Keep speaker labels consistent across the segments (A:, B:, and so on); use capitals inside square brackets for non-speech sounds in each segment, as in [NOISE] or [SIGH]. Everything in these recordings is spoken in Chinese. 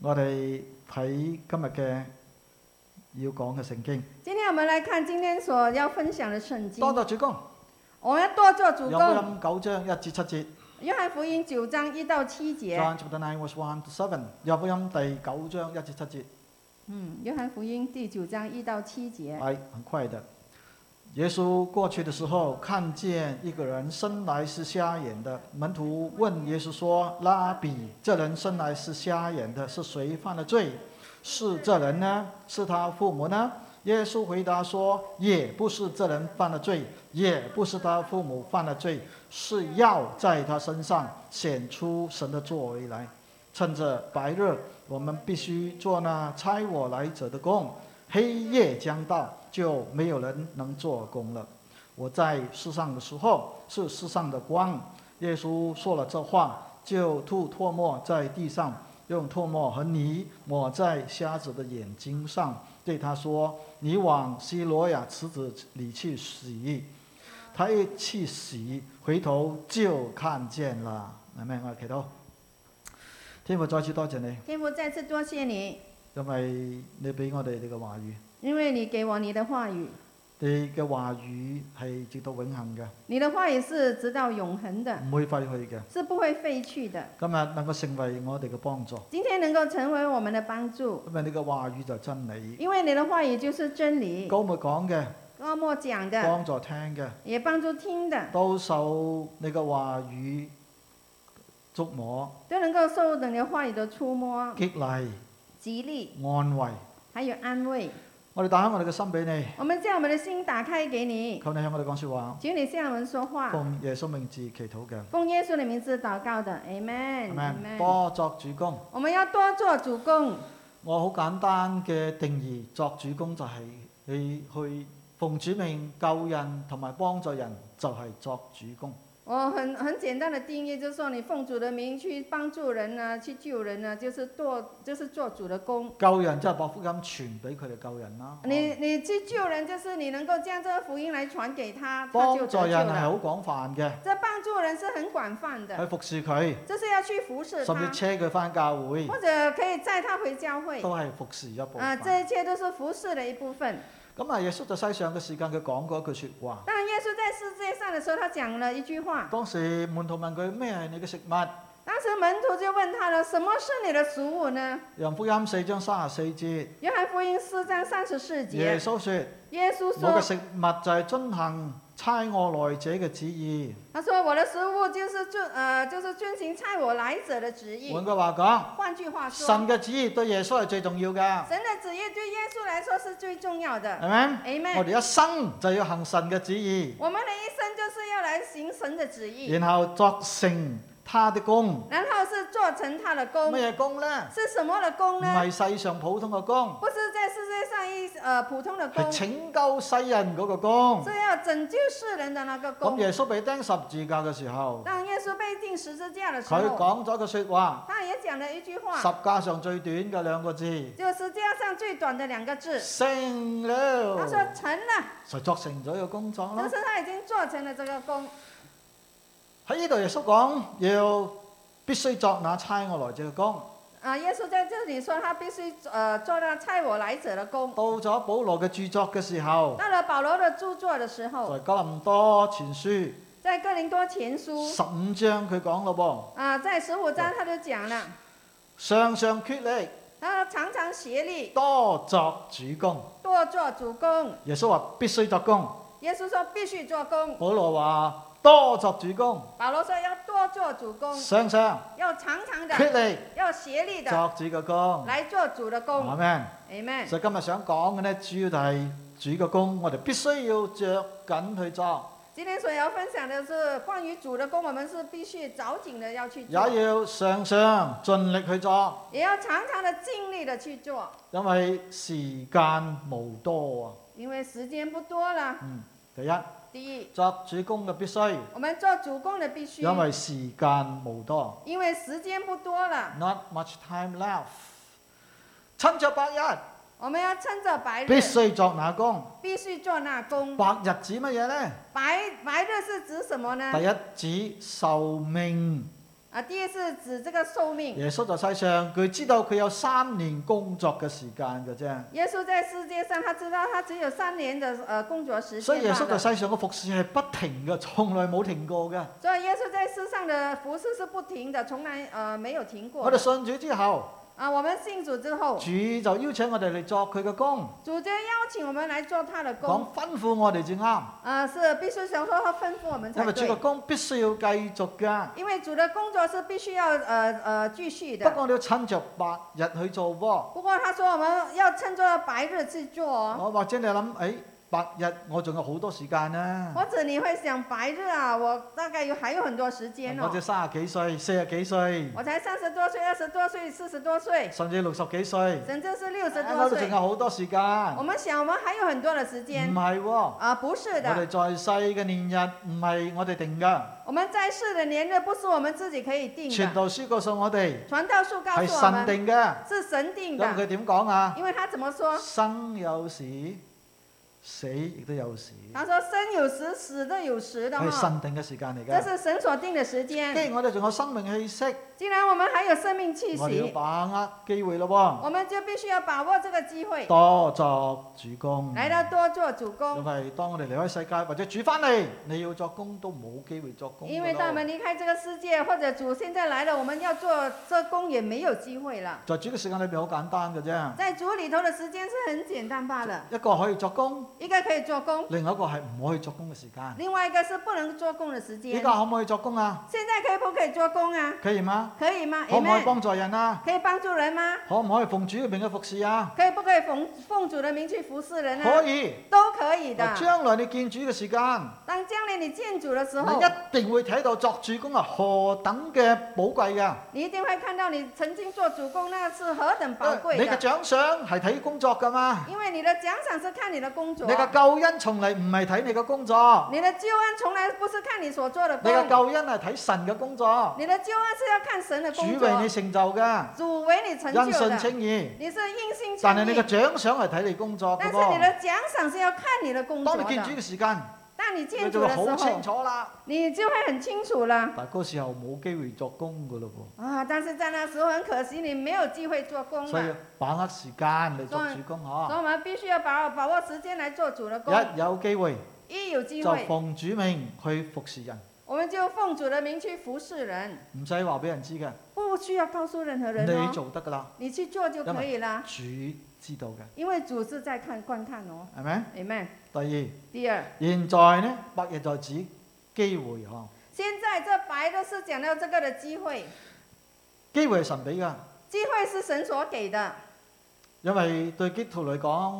A: 我哋睇今日嘅要講嘅聖經，
B: 今天我们来看今天所要分享的圣经
A: 多，作主公，
B: 我们要多做主
A: 有
B: 公。
A: 音九章一至七節。
B: 约翰福音九章一到七节，
A: John chapter nine verse one to seven，約福音第九章一至七節。
B: 嗯，约翰福音第九章一到七节。
A: 来，很快的。耶稣过去的时候，看见一个人生来是瞎眼的。门徒问耶稣说：“拉比，这人生来是瞎眼的，是谁犯了罪？是这人呢？是他父母呢？”耶稣回答说：“也不是这人犯了罪，也不是他父母犯了罪，是要在他身上显出神的作为来。趁着白日，我们必须做那差我来者的工。”黑夜将到，就没有人能做工了。我在世上的时候是世上的光。耶稣说了这话，就吐唾沫在地上，用唾沫和泥抹在瞎子的眼睛上，对他说：“你往希罗亚池子里去洗。”他一去洗，回头就看见了。阿咩？我哋祈祷，天父再次多謝你，
B: 天父再次多谢你，
A: 因為你俾我哋你嘅話語。
B: 因为你给我你的话语，
A: 你嘅話語係直到永恆嘅，
B: 你的話語是直到永恒的，
A: 唔會廢去嘅。
B: 是不会廢去的。
A: 今日能夠成為我哋嘅幫助，
B: 今天能够成为我们的帮助，
A: 因為你嘅話語就係真理。
B: 因为你的話語就是真理，
A: 高末講嘅，
B: 高莫讲的，
A: 幫助聽嘅，
B: 也幫助聽的，
A: 都受你嘅話語觸摸、
B: 都能够受你的話語的觸摸、
A: 激勵、
B: 激勵，
A: 安慰。
B: 还有安慰。
A: 我哋打開我哋嘅心俾你，
B: 我們将我们的心打开给你，
A: 求你向我哋講説話，
B: 请你向我们说话。
A: 奉耶穌名字祈禱嘅。
B: 奉耶穌的名字禱告的
A: 係
B: ，Amen。
A: 咪？多作主公，
B: 我們要多做主公。
A: 我好簡單嘅定義，作主公就係你去奉主命救人同埋幫助人，就係、作主公。
B: 我很很简单的定义就是说，你奉主的名去帮助人呢、去救人呢、就是做就是做主的工。
A: 救人即係博福音傳俾佢哋救人啦。
B: 你你去救人，就是你能夠將這個福音來傳給他，他
A: 幫
B: 就得
A: 助
B: 救
A: 人啊係好
B: 了。
A: 廣泛嘅，
B: 這幫助人是很廣泛
A: 去
B: 的，
A: 服侍佢，
B: 就是要去服侍
A: 甚
B: 他
A: 至，車佢翻教會，
B: 或者可以載他回教會。
A: 都係服侍一部
B: 啊，
A: 分。
B: 这一切都是服侍的一部分。
A: 咁啊，耶穌在世上嘅時間，佢講過一句説話。
B: 當然，耶穌在世界上的時候，他講了一句話。
A: 當時門徒問佢咩係你嘅食物？
B: 當時門徒就問他了：“什麼是你的食物呢
A: 羊福音四章三十四節，？”
B: 约翰福音四章三十四
A: 耶
B: 節，
A: 穌
B: 啊
A: 說：
B: 耶穌
A: 我嘅
B: 說
A: 食物就係遵行差我來者嘅旨意。：“
B: 他说我的食物就是遵呃就是遵行差我来者的旨意。
A: 換句話講，”
B: 換句話說，
A: 神嘅旨意對耶穌係最重要㗎，
B: 神的旨意对耶稣来说是最重要的。
A: 係咪？我
B: Amen。
A: 哋一生就要行神嘅旨意。
B: 我们的一生就是要来行神的旨意，
A: 然後作成他的功。
B: 然後是做成他的功。
A: 乜嘢功呢？
B: 是什麼的
A: 唔
B: 功呢？
A: 係世上普通嘅功，
B: 不是在世界上一呃普通的功
A: 係，拯救世人嗰個功。
B: 是要拯救世人的那个
A: 咁
B: 功。
A: 耶穌被釘十字架嘅時候，
B: 當耶穌被釘十字架的時
A: 佢
B: 候，
A: 講咗句説話，
B: 他也講了一句話，
A: 十架上最短嘅兩個字，
B: 就十字架上最短的兩個字。
A: 成
B: 他說
A: 了，
B: 成了，
A: 就作成咗個工作
B: 就
A: 咯。
B: 是他已經做成了這個功。
A: 喺呢度耶穌講要必須作那差我來者嘅功。
B: 啊，耶穌在這裡說他必須呃做到差我來者的功。
A: 到咗保羅嘅著作嘅時候，
B: 到了保羅的著作的時
A: 就
B: 候，
A: 係哥林多前書
B: 在哥林多前書
A: 十五章佢講咯
B: 啊，在十五章他就講了，
A: 噃，常常竭力。
B: 他常常竭力
A: 多作主公。
B: 多做主公。
A: 耶穌話必須作公，
B: 耶穌說必須做工，
A: 保羅話多作主公，
B: 保羅說要多做主公，
A: 常常
B: 要常常
A: 竭
B: 的，
A: 力
B: 要竭力的
A: 作主嘅公。
B: 來做主的工。嗯
A: 阿 man，
B: Amen。
A: 所以今日想講嘅呢，主要就係主嘅公，我哋必須要着緊去作，
B: 今天所要分享的是關於主的工，我們是必須着緊的要去
A: 也
B: 做，
A: 要常常盡力去作，
B: 也要常常的盡力的去做，
A: 因為時間無多啊。
B: 因為時間不多了。
A: 嗯，第一
B: 第一，
A: 作主公嘅必須，
B: 我們做主工的必
A: 因
B: 須，
A: 為時間無多。
B: 因為時間不多了，
A: Not much time left。趁着白日，
B: 我們要趁着白日
A: 必須作那公。
B: 必須做那工。
A: 白日指乜嘢呢？
B: 白白日是指什麼呢？
A: 第一指壽命，
B: 啊，第二是指这个寿命。
A: 耶穌就世上佢知道佢有三年工作嘅時間嘅啫，
B: 耶稣在世界上，他知道他只有三年的呃工作时
A: 所以耶
B: 间罢
A: 穌就
B: 了。
A: 世上嘅服侍係不停嘅，從來冇停過嘅。
B: 所以耶稣在世上的服侍是不停的，从来呃没有停过
A: 我
B: 的
A: 哋信主之後，
B: 啊。我们信主之后，
A: 主就邀請我哋嚟作佢嘅工，
B: 主就邀请我们来做他的工，
A: 講吩咐我哋至啱，
B: 啊，是必须享受和吩咐我们
A: 因
B: 才
A: 為主
B: 对
A: 嘅。工必須要繼續嘅。
B: 因为主的工作是必须要呃呃继续
A: 不
B: 的。
A: 過你要趁着白日去做喎。
B: 不过他说我们要趁着白日去做哦，
A: 我或者你諗，誒、白日我仲有好多時間呢。
B: 或者你会想白日啊，我大概有还有很多时间
A: 我
B: 哦
A: 只，三十幾歲、四十幾歲，
B: 我才三十多岁、二十多岁、四十多岁，
A: 甚至六十幾歲，
B: 甚至是六十
A: 哎
B: 多
A: 我哋仲
B: 岁
A: 有。好多時間。
B: 我
A: 唔
B: 们想我们还有很多的时间
A: 係喎。
B: 啊，不是
A: 嗯我
B: 的，
A: 哋在世嘅年日唔係我哋定嘅，
B: 我们在世的年日不是我们自己可以定
A: 傳
B: 的。
A: 道書告訴我哋
B: 传道书告
A: 係
B: 诉我
A: 神
B: 们
A: 定嘅。
B: 是神定
A: 咁
B: 的，
A: 佢點講啊？
B: 因为他怎么说？
A: 生有時，死亦都有時，
B: 他说生有时，死的有时的
A: 係
B: 哈，
A: 神定嘅時間嚟
B: 这
A: 嘅。
B: 是神所定的时
A: 既
B: 间。
A: 然我哋仲有生命氣息，
B: 既然我们还有生命气
A: 我哋要
B: 息，
A: 把握機會咯
B: 我们就必须要把握这个机
A: 喎，
B: 会，
A: 多作主公。
B: 来到多做主
A: 因
B: 公。
A: 為當我哋離開世界或者主翻嚟，你要作工都冇機會作工㗎
B: 因为当我
A: 咯。
B: 们离开这个世界，或者主现在来了，我们要做这工也没有机会了。
A: 在主嘅時間裏面好簡單嘅啫，
B: 在主里头的时间是很简单罢了，
A: 一個可以作工，
B: 一个可以做工，
A: 另外一個係唔可以作工嘅時間。
B: 另外一个是不能做工的时
A: 依
B: 间。
A: 家可唔可以作工啊？
B: 现在可以不可以做工啊？
A: 可以嗎？
B: 可以吗？
A: 可唔可以
B: À, Amen
A: 幫助人啊？
B: 可以幫助人吗？
A: 可唔可以奉主嘅名去服侍啊？
B: 可以不可以奉奉主的名去服侍人
A: 可
B: 啊？
A: 以。
B: 都可以的。
A: 將來你見主嘅時間，
B: 当将来你见主的时候，
A: 你一定會睇到作主工係何等嘅寶貴嘅。
B: 你一定会看到你曾经做主公那是何等宝贵
A: 你嘅
B: 的，
A: 獎賞係睇工作㗎嘛，
B: 因为你的奖赏是看你的工
A: 你
B: 作，
A: 嘅救恩從嚟唔係睇你嘅工作，
B: 你的救恩从来不是看你所做的
A: 你嘅
B: 工，
A: 救恩係睇神嘅工作，
B: 你的救恩是要看神的
A: 主
B: 工
A: 為你
B: 作，
A: 成就嘅，
B: 主为你成
A: 因
B: 就
A: 信
B: 的，
A: 稱義。
B: 你是因信
A: 但
B: 称
A: 係你嘅
B: 义。
A: 獎賞係睇你工作嘅
B: 但是你
A: 噃。
B: 的奖赏是要看你的工作
A: 當你見
B: 的
A: 主。嘅時間，
B: 当你
A: 你
B: 见
A: 就
B: 主
A: 會
B: 的时
A: 好清
B: 候，
A: 楚啦。
B: 你就会很清楚了。
A: 但係嗰時候冇機會作工㗎咯噃。
B: 啊，但是在那时候很可惜，你没有机会做工
A: 所以啊
B: 了。
A: 把握時間嚟做主工
B: 所以
A: 嗬，
B: 我们必须要把握把握时间来做主的工。
A: 一有機會
B: 一有机
A: 就
B: 会，
A: 奉主命去服侍人，
B: 我们就奉主的名去服侍人，
A: 唔使話俾人知嘅，
B: 不需要告诉任何人
A: 你
B: 哦，
A: 做得㗎啦，
B: 你去做就可以了，
A: 主知道嘅，
B: 因为主是在看观看哦。
A: 係咪？
B: Amen。
A: 第二，
B: 第二，
A: 現在呢，白日在指機會嗬，
B: 现在这白的是讲到这个的机会，
A: 機會係神俾㗎，
B: 机会是神所给的，
A: 因為對基督徒嚟講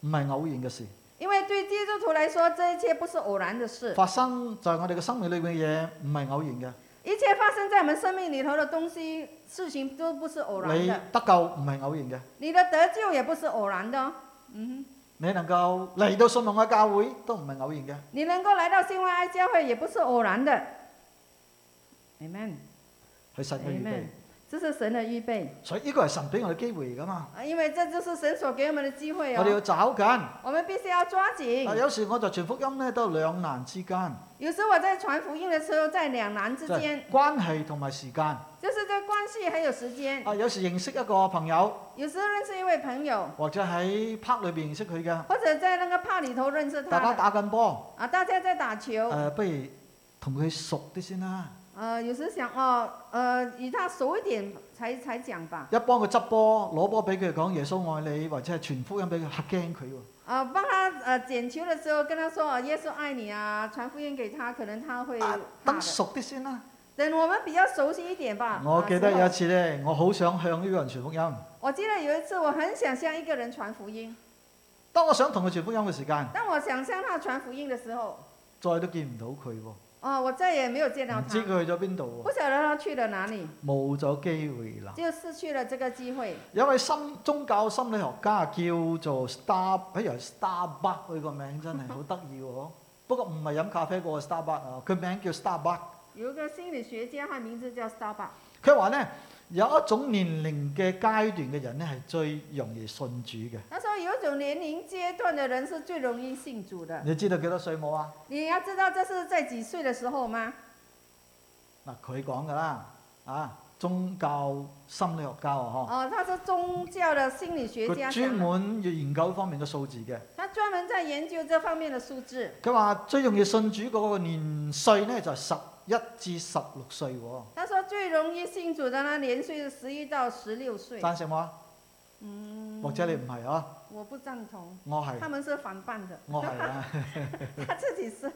A: 唔係偶然嘅事，
B: 因为对基督徒来说，这一切不是偶然的事，
A: 發生在我哋嘅生命裏面嘅嘢唔係偶然嘅，
B: 一切发生在我们生命里头的东西、事情都不是偶然
A: 你
B: 的，
A: 得救唔係偶然嘅，
B: 你的得救也不是偶然的哦。嗯哼，
A: 你能夠嚟到信望嘅教會都唔係偶然嘅。
B: 你能够来到新万爱教会也不是偶然的。Amen。
A: 係神嘅預備，
B: Amen，这是神的预备
A: 所以呢個係神俾我哋機會㗎嘛，
B: 啊，因为这就是神所给我们的机会
A: 我哋要
B: 哦。
A: 找緊。
B: 我们必须要抓紧
A: 但。有時我就傳福音咧，都兩難之間，
B: 有时我在传福音的时候，在两难之
A: 即係
B: 间，
A: 關係同埋時間。
B: 就是在关系还有时间。
A: 啊，有時認識一個朋友，
B: 有时认识一位朋友，
A: 或者喺 park 裏邊認識佢嘅，
B: 或者在那个帕里头认识
A: 大
B: 他
A: 家
B: 的
A: 打緊啊波，
B: 啊，大家在打
A: 誒、
B: 球，
A: 不如同佢熟啲先啦，
B: 呃，有时想哦，呃，与他熟一点才才讲吧，
A: 一幫佢執波，攞波俾佢講耶穌愛你，或者係傳福音俾佢，嚇驚佢喎。
B: 啊，帮他呃捡球的时候跟他说哦，耶稣爱你啊，传福音给他，可能他会
A: 啊
B: 怕
A: 等
B: 的。
A: 熟啲先啦。
B: 等我们比较熟悉一点吧。
A: 我
B: 啊
A: 記得
B: 时候
A: 有一次咧，我好想向呢個人傳福音。
B: 我记得有一次，我很想向一个人传福音。
A: 當我想同佢傳福音嘅時間，
B: 当我想向他传福音的时候，
A: 再都見唔到佢喎。
B: 哦，我再也没有见到
A: 唔知
B: 他，
A: 佢去咗邊度
B: 不晓得他去了哪里，
A: 喎，冇咗機會啦。
B: 就失去了这个机会。
A: 有位心宗教心理學家叫做 Star，哎呀 Starbuck 佢個名真係好得意喎。不過唔係飲咖啡嗰個 Starbuck 啊，佢名叫 Starbuck。
B: 有一个心理学家，他名字叫 Starbuck。
A: 佢話咧有一種年齡嘅階段嘅人咧係最容易信主嘅。
B: 他说，有一种年龄阶段的人是最容易信主的。
A: 你知道幾多歲冇啊？
B: 你要知道这是在几岁的时候吗？
A: 嗱佢講㗎啦，啊宗教心理學家啊，
B: 哦，他是宗教的心理
A: 嗬，
B: 学家啊
A: 佢專
B: 讲的，
A: 門要研究呢方面嘅數字嘅。
B: 他专门在研究这方面的数字。
A: 佢話最容易信主嗰個年歲咧就係十一至十六歲喎，
B: 他说最容易信主的呢，年岁是十一到十六岁。
A: 贊成冇啊？
B: 嗯，
A: 或者你唔係啊？
B: 我不赞同，
A: 我係
B: 他， [LAUGHS] 们是反叛的，
A: 我係啊。
B: [LAUGHS] 他自己是。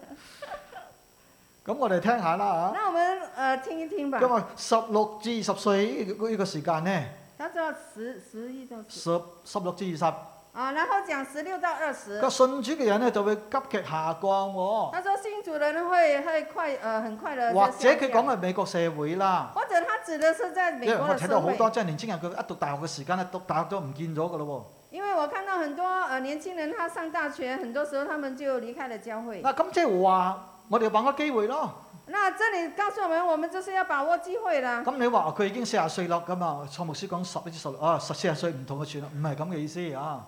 A: 咁我哋聽下
B: [LAUGHS]
A: 啦
B: 那我们呃听一听
A: 嚇。
B: 吧
A: 因。為十六至二十歲呢個呢個時間咧，
B: 他说十十一到十
A: 十十六至二十，
B: 啊，然后讲十六到二十
A: 個。信主嘅人咧就會急劇下降喎。
B: 他说信主的人會会快呃很快的
A: 或者佢講係美國社會啦。
B: 或者他指的是在
A: 因
B: 美
A: 為
B: 國
A: 我
B: 的
A: 睇
B: 社
A: 到好
B: 會，
A: 多即係年青人，佢一讀大學嘅時間咧，讀大學都唔見咗㗎咯
B: 因為我看到很多呃年輕人他上大學，很多時候他們就離開了教
A: 喎。
B: 會。
A: 嗱，咁即係話我哋把握機會咯。
B: 那這裡告訴我們，我們就是要把握機會啦。
A: 咁你話佢已經四十歲啦，咁啊，蔡牧師講十一至十六啊，十四十歲唔同嘅算啦，唔係咁嘅意思啊。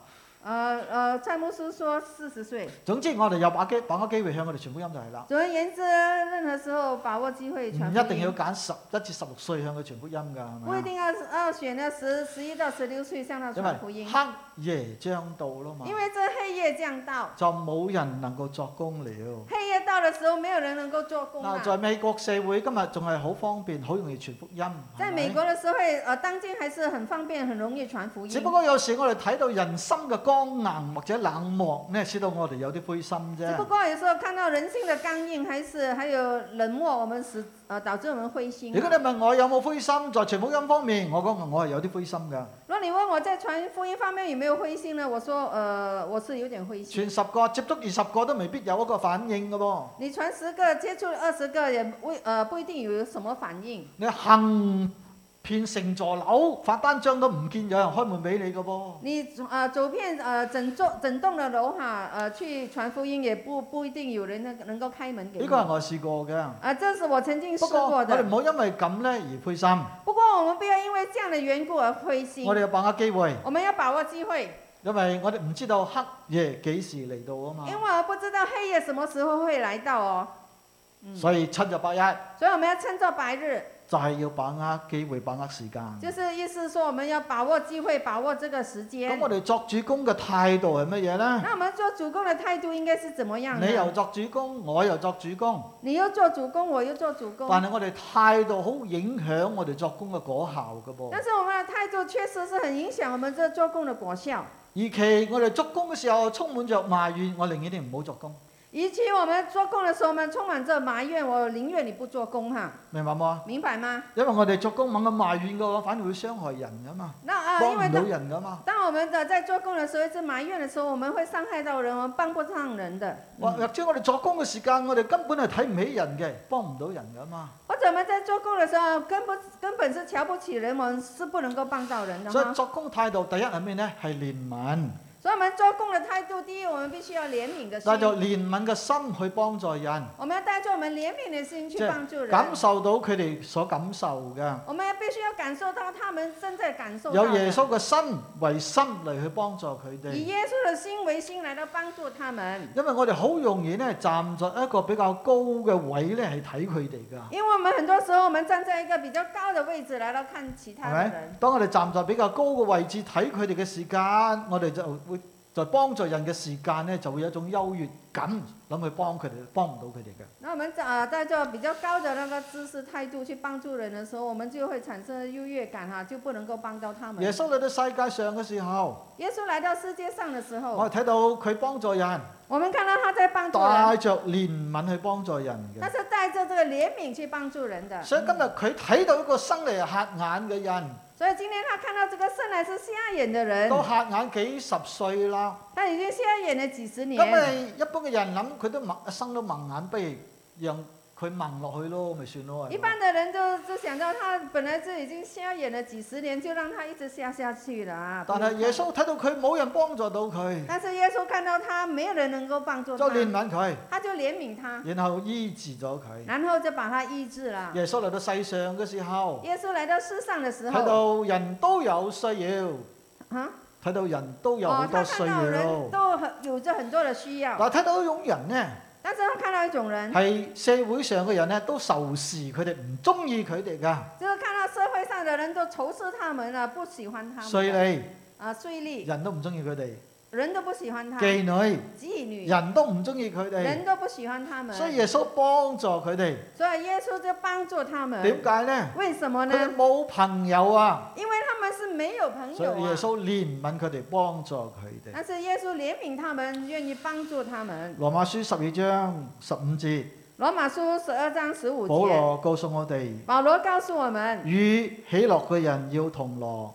B: 呃呃，蔡牧師說四十歲。
A: 總之我哋有把機把握機會向我哋傳福音就係啦，
B: 總而言之，任何時候把握機
A: 唔嗯
B: 會
A: 一
B: 傳福
A: 定要
B: 音，
A: 揀十一至十六歲向佢傳福音㗎，係
B: 不一
A: 咪
B: 定要要選那十十一到十六歲向他傳
A: 啊？
B: 福
A: 因為
B: 音，
A: 黑夜將到啦嘛
B: 因，為這黑夜將到，
A: 就冇人能夠作工了。
B: 黑夜到的時候，沒有人能夠做工
A: 嗱，
B: 啊。
A: 在美國社會今日仲係好方便，好容易傳福音，係
B: 在美
A: 咪？
B: 国的社会，呃，当今还是很方便，很容易传福
A: 只
B: 音
A: 不。過有時我哋睇到人心嘅剛硬或者冷漠咧，使到我哋有啲灰心
B: 只不
A: 啫。
B: 过有时候看到人性的刚硬，还是还有冷漠，我们使呃导致我们灰心
A: 如果你
B: 啊。
A: 問我有冇灰心，在傳福音方面，我講我係有啲灰心㗎。
B: 如果你问我在传福音方面有没有灰心呢？我说，呃，我是有点灰心。
A: 傳十個接觸二十個都未必有一個反應㗎噃。
B: 你传十个，接触二十个，也未呃不一定有什么反应。
A: 你行遍成座樓，發單張都唔見有人開門俾你㗎噃。
B: 你呃走遍呃整座整栋的楼哈，呃去传福音也不不一定有人能能够开门给
A: 呢
B: 你。
A: 個係我試過嘅。
B: 啊，这是我曾经试
A: 不過
B: 过
A: 我哋
B: 的。
A: 唔好因為咁呢而灰心，
B: 不过我们不要因为这样的缘故而灰心。
A: 我哋要把握機會，
B: 我们要把握机会，
A: 因為我哋唔知道黑夜幾時嚟到啊嘛
B: 因。为我不知道黑夜什么时候会来到哦，嗯
A: 所以七日八一
B: 所以我们要趁着白日，
A: 就係要把握機會，把握時間。
B: 就是意思说我们要把握机会，把握这个时
A: 咁
B: 间
A: 我。哋作主公嘅態度係乜嘢呢？
B: 那我们做主公的态度应该是怎么样呢？
A: 你又作主公，我又作主公，
B: 你又做主公，我又做主公，
A: 但係我哋態度好影響我哋作工嘅果效嘅噃。
B: 但是我们的态度确实是很影响我们这做工的果效。
A: 而其我哋作工嘅時候充滿着埋怨，我寧願你唔好作工，
B: 以及我们做工的时候，我们充满着埋怨，我宁愿你不做工哈，
A: 明白冇啊？
B: 明白吗？
A: 因為我哋作工猛咁埋怨嘅話，反而會傷害人噶嘛，
B: 那啊、
A: 幫
B: 因
A: 唔
B: 为
A: 到
B: 当
A: 人噶嘛。
B: 当我们的在做工的时候一直埋怨的时候，我们会伤害到人，我们帮不上人的。
A: 或或者我哋作工嘅時間，我哋根本係睇唔起人嘅，幫唔到人噶嘛。
B: 或者我们在做工的时候，根本根本是瞧不起人，我们是不能够帮到人的
A: 所以
B: 哈。
A: 作工態度第一係咩呢？係憐憫，
B: 所以我们做工的态度，第一，我们必须要怜悯的
A: 帶
B: 心，
A: 着憐憫嘅心去幫助人，
B: 我们要带着我们怜悯的心去
A: 这
B: 帮助人
A: 感。受到佢哋所感受嘅。
B: 我们也必须要感受到他们正在感受到
A: 有
B: 的
A: 耶穌嘅心為心嚟去幫助佢
B: 以
A: 哋，
B: 耶稣的心为心来到帮助他们，
A: 因為我哋好容易咧站在一個比較高嘅位咧係睇佢哋㗎，
B: 因为我们很多时候我们站在一个比较高的位置来到看其
A: 係
B: 他的
A: 咪
B: 人。？
A: 當我哋站在比較高嘅位置睇佢哋嘅時間，我哋就會在幫助人嘅時間咧就會有一種優越感，諗去幫佢哋，幫唔到佢哋嘅。
B: 那我们啊，带着比较高的那个知识态度去帮助人的时候，我们就会产生优越感哈，就不能够帮到他们
A: 耶。穌嚟到世界上嘅時候，
B: 耶稣来到世界上的时候，
A: 我哋睇到佢幫助人，
B: 我们看到他在帮助人，
A: 帶着憐憫去幫助人
B: 他
A: 嘅。
B: 是带着这个怜悯去帮助人的。
A: 所以今日佢睇到一個生嚟瞎眼嘅人，
B: 所以今天他看到这个生来是瞎眼的人，
A: 都瞎眼幾十歲啦。
B: 他已经瞎眼了几十
A: 咁咪
B: 年。
A: 一般嘅人諗佢都蒙一生都蒙眼鼻，讓佢蒙落去咯，咪算咯。係
B: 一
A: 嘛
B: 般的人就就想到他本来就已经瞎眼了几十年，就让他一直瞎下去了啊。
A: 但係耶穌睇到佢冇人幫助到佢，
B: 但是耶稣看到他没有人能够帮助
A: 就憐
B: 他，
A: 憫佢，
B: 他就怜悯他，
A: 然後醫治咗佢。
B: 然后就把他医治了。
A: 耶穌嚟到世上嘅時候，
B: 耶稣来到世上的时
A: 睇
B: 候，
A: 到人都有需要，
B: 啊，
A: 睇到人都有好
B: 哦，
A: 多
B: 他
A: 需
B: 看到人
A: 要。
B: 都很有着很多的需要，
A: 但係睇到一種人呢，
B: 但是他看到一种人，
A: 係社會上嘅人咧都仇視佢哋，唔中意佢哋㗎，
B: 就是看到社会上的人都仇视他们了，不喜欢他
A: 税
B: 们了
A: 吏
B: 啊，税吏
A: 人都唔中意佢哋，
B: 人都不喜欢他，
A: 妓女
B: 妓女
A: 人都唔中意佢哋，
B: 人都不喜欢他们，
A: 所以耶穌幫助佢哋。
B: 所以耶稣就幫助他
A: 點
B: 們。
A: 解咧？
B: 為什麼
A: 佢
B: 呢
A: 哋？冇朋友啊，
B: 因為他們是沒有朋
A: 所
B: 友
A: 以耶
B: 啊。
A: 穌憐憫佢哋，幫助佢哋。
B: 但是耶穌憐憫他們，願意幫助他們。
A: 羅馬書十二章十五節，
B: 羅馬書十二章十五
A: 保
B: 節，
A: 羅告訴我哋：
B: 保羅告訴我們：
A: 與喜樂嘅人要同樂，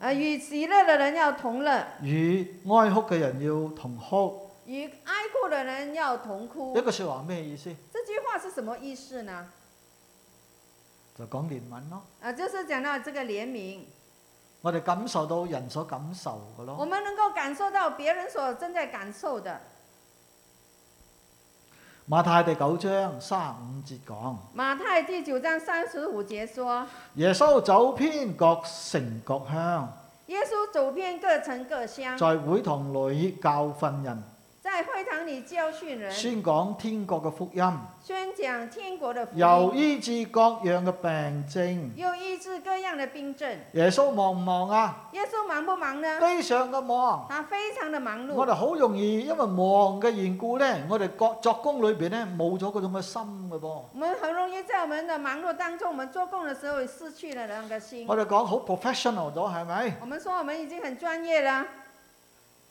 B: 呃，與喜樂的人要同樂，
A: 與哀哭嘅人要同哭。
B: 與哀哭的人要同哭
A: 一。句説話咩意思？
B: 這句話是什麼意思呢？
A: 就講憐憫咯。
B: 啊、就是講到這個憐憫，
A: 我哋感受到人所感受嘅
B: 我
A: 咯。
B: 們能夠感受到別人所正在感受的。
A: 馬太第九章三十五節講：
B: 馬太第九章三十五節說
A: 耶穌走遍各城各鄉，：“
B: 耶穌走遍各城各鄉，
A: 在會堂裏教訓人，
B: 在會堂裡教訓人。”
A: 宣講天國嘅福音，
B: 宣讲天国的福
A: 又
B: 音，
A: 醫治各樣嘅病症。
B: 又医治各样的病症。
A: 耶穌忙唔忙啊？
B: 耶稣忙不忙呢？
A: 非常嘅忙。
B: 他非常的忙
A: 我
B: 碌。
A: 哋好容易因為忙嘅緣故咧，我哋各作工裏邊咧冇咗嗰種嘅心嘅噃。
B: 我们很容易在我们的忙碌当中，我们做工的时候失去了那个心
A: 我。哋講好 professional 咗係咪？
B: 我们说我们已经很专业了，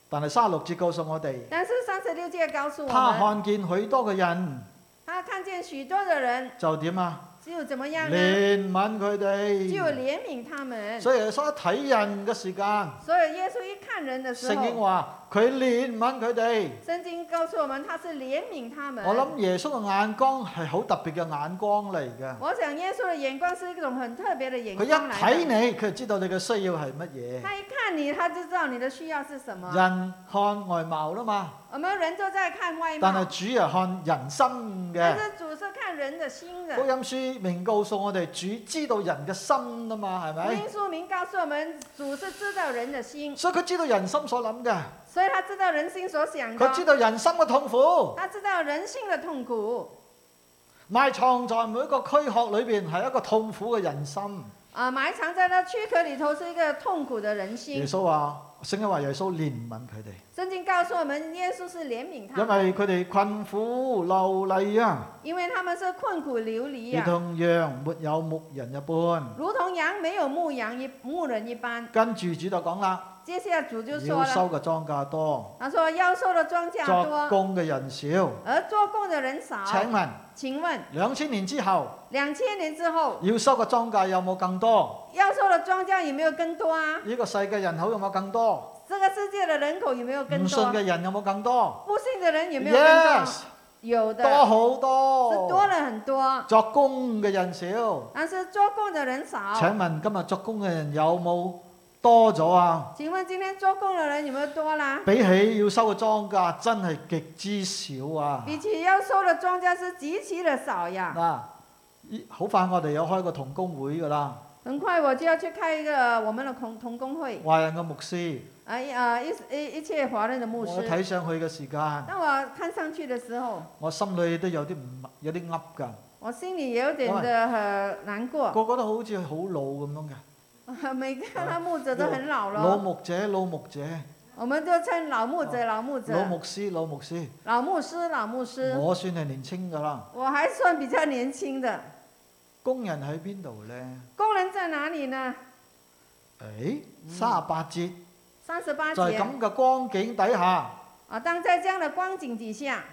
A: 但係三十六節告訴我哋，
B: 但是三十六节告诉我
A: 他
B: 们，
A: 看見許多嘅人
B: 他看见许多的人
A: 就點啊？
B: 就怎么样呢？
A: 憐憫佢
B: 就
A: 哋。
B: 怜悯他们。
A: 所以耶穌一睇人嘅時間，
B: 所以耶稣一看人的时
A: 聖經
B: 候，
A: 話佢憐憫佢哋。
B: 圣经告诉我们他是怜悯他们。
A: 我諗耶穌嘅眼光係好特別嘅眼光嚟嘅。
B: 我想耶稣的眼光是一种很特别的眼
A: 佢
B: 光
A: 一
B: 来的
A: 睇你，佢就知道你嘅需要係乜嘢。
B: 他一看你，他就知道你的需要是什么。
A: 人看外貌啦嘛，
B: 我们人都在看外
A: 但
B: 貌，
A: 係主係看人心
B: 但
A: 嘅。
B: 是主是看人的心
A: 福
B: 的。
A: 音書明告訴我哋，主知道人嘅心啊嘛，係
B: 福
A: 咪？
B: 音书明告诉我们，主是知道人的心，
A: 所以佢知道人心所諗嘅，
B: 所以他知道人心所想
A: 佢知道
B: 的，
A: 人心嘅痛苦。
B: 他知道人性的痛苦。
A: 埋藏在每一個軀殼裏邊係一個痛苦嘅人心。
B: 啊，埋藏在那躯壳里头是一个痛苦的人
A: 耶
B: 心。
A: 穌話：聖經話耶穌憐憫佢哋，
B: 圣经告诉我们，耶稣是怜悯他
A: 因
B: 们，
A: 為佢哋困苦流離啊，
B: 因为他们是啊困苦流离
A: 如
B: 呀、
A: 同羊沒有牧人一般。
B: 如同羊没有牧羊一牧人一般。
A: 跟住主就講啦，
B: 接下来主就说
A: 要收
B: 了，
A: 嘅莊稼多，
B: 他说要收的庄稼
A: 作
B: 多，啊
A: 工嘅人少。
B: 而做工的人少。
A: 請問
B: 请问，
A: 兩千年之後
B: 两千年之后
A: 要收嘅莊稼有冇更多？
B: 要收的庄稼有没有更多啊？
A: 呢個世界人口有冇更多？
B: 这个世界的人口有没有更
A: 唔信
B: 多？啊
A: 嘅人有冇更多
B: 不信的人有没有更多
A: Yes，
B: 有的，
A: 多好
B: 是多
A: 多。
B: 了很多，
A: 作工嘅人少，
B: 但是做工的人少。
A: 請問今日作工嘅人有冇多咗啊？
B: 请问今天做工的人有没有多啦？
A: 比起要收嘅莊稼，真係極之少啊！
B: 比起要收的庄稼是极其的少呀。
A: 嗱，依好快我哋有開個同工會㗎啦，
B: 很快我就要去开一个我们的同同工会，
A: 華人嘅牧師，
B: 啊一啊一一一切华人的牧
A: 我
B: 师。
A: 睇上去嘅時間，
B: 当我看上去的时候，
A: 我心裏都有啲唔有啲噏㗎，
B: 我心里也有点的呃难过。 [LAUGHS]
A: 個個都好似好老咁樣嘅，
B: 每个他牧者都很老了。
A: 老牧者、老牧者、
B: 我们就称老牧者、老牧者、
A: 老牧師、老牧師，
B: 老牧师、老牧师。
A: 我算係年青㗎啦。
B: 我还算比较年轻的，
A: 工人喺邊度呢？
B: 工人在哪里呢？
A: 誒，三十八節，
B: 三十八
A: 在
B: 节
A: 咁嘅光景底下，
B: 啊，当在这样的光景底下，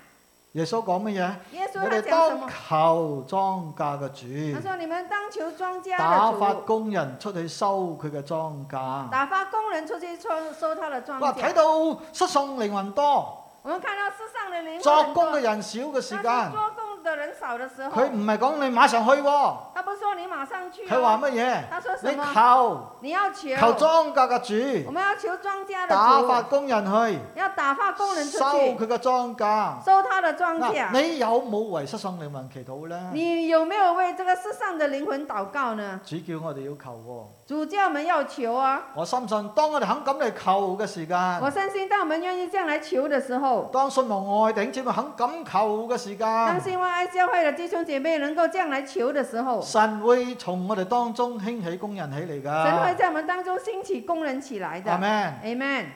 A: 耶穌講乜嘢？
B: 耶稣
A: 我
B: 他
A: 哋
B: 讲什么
A: 當？求莊稼
B: 他
A: 嘅主，
B: 说：“你们当求庄稼
A: 打發
B: 的主，
A: 工人出去收佢嘅莊稼。
B: 打发工人出去收收他的庄
A: 哇！睇
B: 稼。
A: 到失送靈魂多，”
B: 我们看到世上的灵魂
A: 作
B: 很
A: 工嘅
B: 多，
A: 人少嘅時
B: 但是
A: 間，
B: 做工的人少的时
A: 佢
B: 候，
A: 唔係講你馬上去喎，
B: 他不说你马上去、
A: 佢話
B: 哦，
A: 乜嘢？
B: 他说什
A: 你
B: 么？
A: 求
B: 你要求，
A: 求莊稼嘅
B: 我
A: 主
B: 们要求庄稼
A: 打發
B: 的
A: 工人去
B: 主，要打发工人出
A: 收
B: 去，
A: 佢嘅莊稼。
B: 收他的庄
A: 嗱，
B: 稼。
A: 你有冇為失喪靈魂祈禱咧？
B: 你有没有为这个世上的灵魂祷告呢？
A: 主叫我哋要求
B: 主教们要求
A: 喎
B: 啊！，
A: 我深信當我哋肯咁嚟求嘅時
B: 我
A: 間，
B: 相信，当我们愿意这样来求的时候，
A: 當信望愛頂姊妹肯咁求嘅時
B: 当
A: 間，
B: 信望爱教会的弟兄姐妹能够这样来求的时候，
A: 神會從我哋當中興起工人起嚟
B: 神会
A: 㗎。
B: 在我们当中兴起工人起来
A: 阿
B: 的。
A: man。
B: Amen。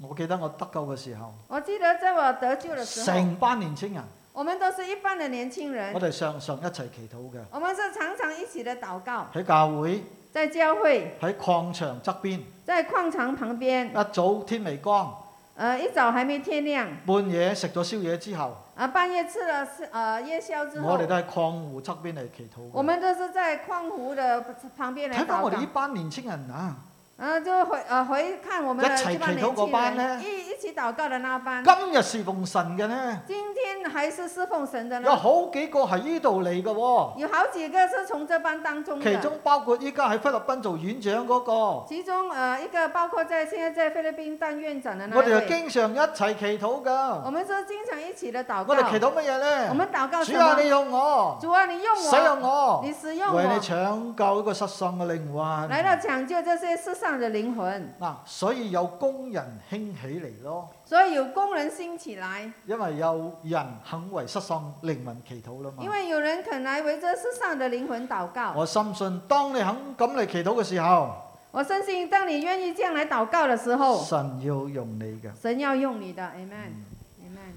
A: 我記得我得救嘅時候，
B: 我记得在我得救的时候，
A: 成班年青人，
B: 我们都是一般的年轻人
A: 我，哋常常一齊祈禱嘅，
B: 我們是常常一起的祷告，
A: 喺教會，
B: 在教会，
A: 喺礦場側邊，
B: 在礦场旁边。
A: 一早天未光，
B: 呃，一早還没天亮，
A: 半夜食咗宵夜之後，
B: 啊，半夜吃了是呃夜宵之
A: 我
B: 后
A: 哋，都喺礦湖側邊嚟祈禱
B: 我
A: 嘅。
B: 们都是在礦湖的旁边来
A: 睇翻
B: 祷
A: 我哋
B: 告
A: 呢。班年青人啊，
B: 啊，就回呃回看我们的
A: 一齊
B: 这帮
A: 祈禱
B: 年
A: 嗰班
B: 轻
A: 呢
B: 人，一一起祷告的那班，
A: 今日侍奉神嘅呢，
B: 今天还是侍奉神的
A: 有
B: 呢，
A: 好幾個係呢度嚟嘅喎，
B: 有好几个是从这班当中
A: 其
B: 的，
A: 中包括依家喺菲律賓做院長嗰、個，
B: 其中呃一个包括在现在在菲律宾当院长的那
A: 我
B: 一
A: 哋就
B: 位，
A: 經常一齊祈禱
B: 我
A: 㗎。
B: 们是经常一起的祷
A: 我哋祈
B: 告，
A: 禱乜嘢
B: 我
A: 呢？
B: 们祷告什
A: 主啊，你
B: 么？
A: 用我，
B: 主啊，你用
A: 使
B: 我
A: 用。我。
B: 你使用
A: 為你
B: 我
A: 搶救一個失喪嘅靈魂。
B: 来到抢救这些世上的灵魂，
A: 嗱，所以有工人興起嚟咯，
B: 所以有工人兴起来，
A: 因為有人肯為失喪靈魂祈禱啦
B: 因
A: 嘛。
B: 为有人肯来为这世上的灵魂祷告。
A: 我深信，當你肯咁嚟祈禱嘅時候，
B: 我相信，当你愿意这样来祷告的时候，
A: 神要用你嘅。
B: 神要用你的。Amen。Amen。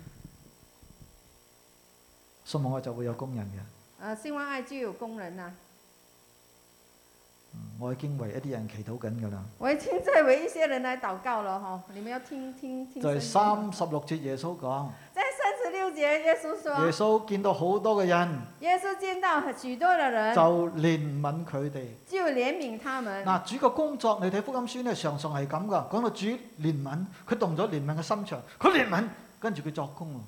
A: 信望愛就會有工人嘅。
B: 呃，兴旺爱就有工人呐、
A: 嗯我已經為一啲人祈禱緊㗎啦。
B: 我已经在为一些人来祷告了哈、你们要听听听
A: 就係
B: 声
A: 三
B: 音
A: 十六節耶穌講，
B: 在三十六节，耶稣
A: 耶
B: 说，
A: 穌見到好多嘅人
B: 耶稣见到许多的人，
A: 就憐憫佢哋。
B: 就怜悯他们。
A: 嗱，主嘅工作，你睇福音書咧，常常係咁噶。講到主憐憫，佢動咗憐憫嘅心腸，佢憐憫，跟住佢作工喎。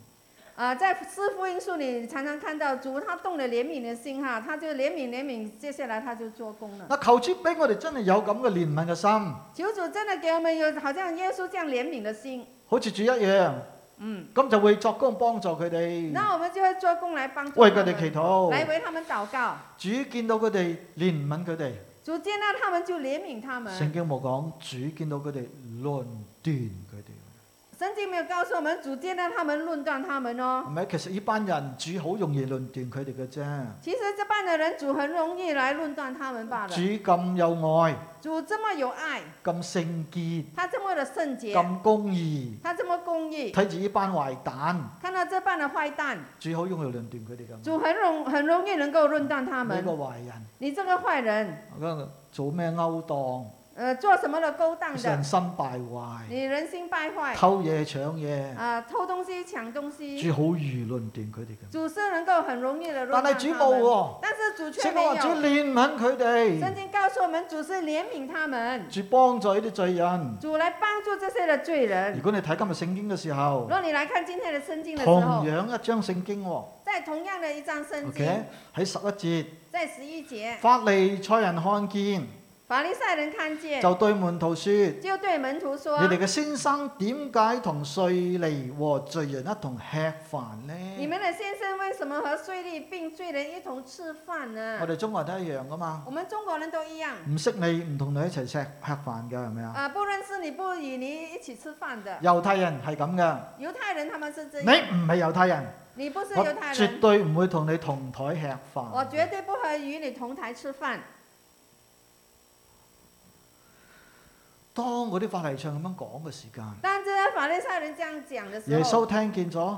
B: 啊、在四福音书里常常看到主，他动了怜悯的心哈，他就怜悯怜悯，接下来他就做工了。
A: 嗱，求主俾我哋真係有咁嘅憐憫嘅心，
B: 求主真的给我们有好像耶稣这样怜悯的心，
A: 好似主一樣，
B: 嗯，
A: 咁就會作工幫助佢哋，
B: 那我们就会做工来帮助
A: 為
B: 他
A: 佢哋祈
B: 们，来
A: 禱。
B: 为他们禱告。
A: 主見到佢哋憐憫佢哋，
B: 主见到他们就怜悯他
A: 聖
B: 们。
A: 經冇講主見到佢哋論斷佢哋，
B: 圣经没有告诉我们主见到他们论断他们哦。
A: 係咪？其實呢班人主好容易論斷佢哋嘅啫。
B: 其实这班的人主很容易来论断他们罢了。
A: 主咁有愛，
B: 主这么有爱，
A: 咁聖潔，
B: 他这么的圣洁，
A: 咁公義，
B: 他这么公义，
A: 睇住呢班壞蛋。
B: 看到这般的坏蛋，
A: 主好容易論斷佢哋咁。
B: 主很容很容易能够论断他
A: 呢
B: 们
A: 個。壞人，
B: 你这个坏人，
A: 我講佢做咩勾當，
B: 呃，做什么的勾当的
A: 人，心敗壞，
B: 你人心败坏，
A: 偷嘢搶嘢，
B: 啊、偷東西、搶東西，
A: 主好易論斷佢哋嘅。
B: 主是能够很容易的
A: 但係主冇喎，
B: 但是主却
A: 聖
B: 没
A: 經
B: 有
A: 話。主憐憫佢
B: 圣
A: 哋，
B: 经告诉我们，主是怜悯他们，
A: 主幫助呢啲罪人。
B: 主来帮助这些的罪
A: 如
B: 人。
A: 果你睇今日聖經嘅時候
B: 如，果你来看今天的圣经的时
A: 同
B: 候，
A: 樣一章聖經喎
B: 在同样的一张圣经
A: ，OK 喺十一
B: 在十一
A: 節，
B: 节，
A: 法利賽人看見，
B: 法利赛人看见，
A: 就對門徒説：
B: 就对门徒
A: 你
B: 说：“
A: 哋嘅先生點解同税吏和罪人一同吃飯
B: 你
A: 呢？
B: 们的先生为什么和税吏并罪人一同吃饭呢
A: 我？”哋中國人都一樣噶嘛。
B: 我们中国人都一样。
A: 唔識你唔同你一齊食吃飯㗎，係咪啊？
B: 啊，不认识你不与你一起吃饭的
A: 猶太人係咁嘅，
B: 犹太人，他们是这
A: 你
B: 样。
A: 唔係猶太人，
B: 你不是
A: 我
B: 犹太
A: 絕
B: 人，
A: 對唔會同你同台吃
B: 我绝
A: 飯。
B: 对不和与你同台吃饭。
A: 當嗰啲法例上咁樣講嘅時間，
B: 当这些法利赛人这样讲的时
A: 耶
B: 候，
A: 穌聽見咗，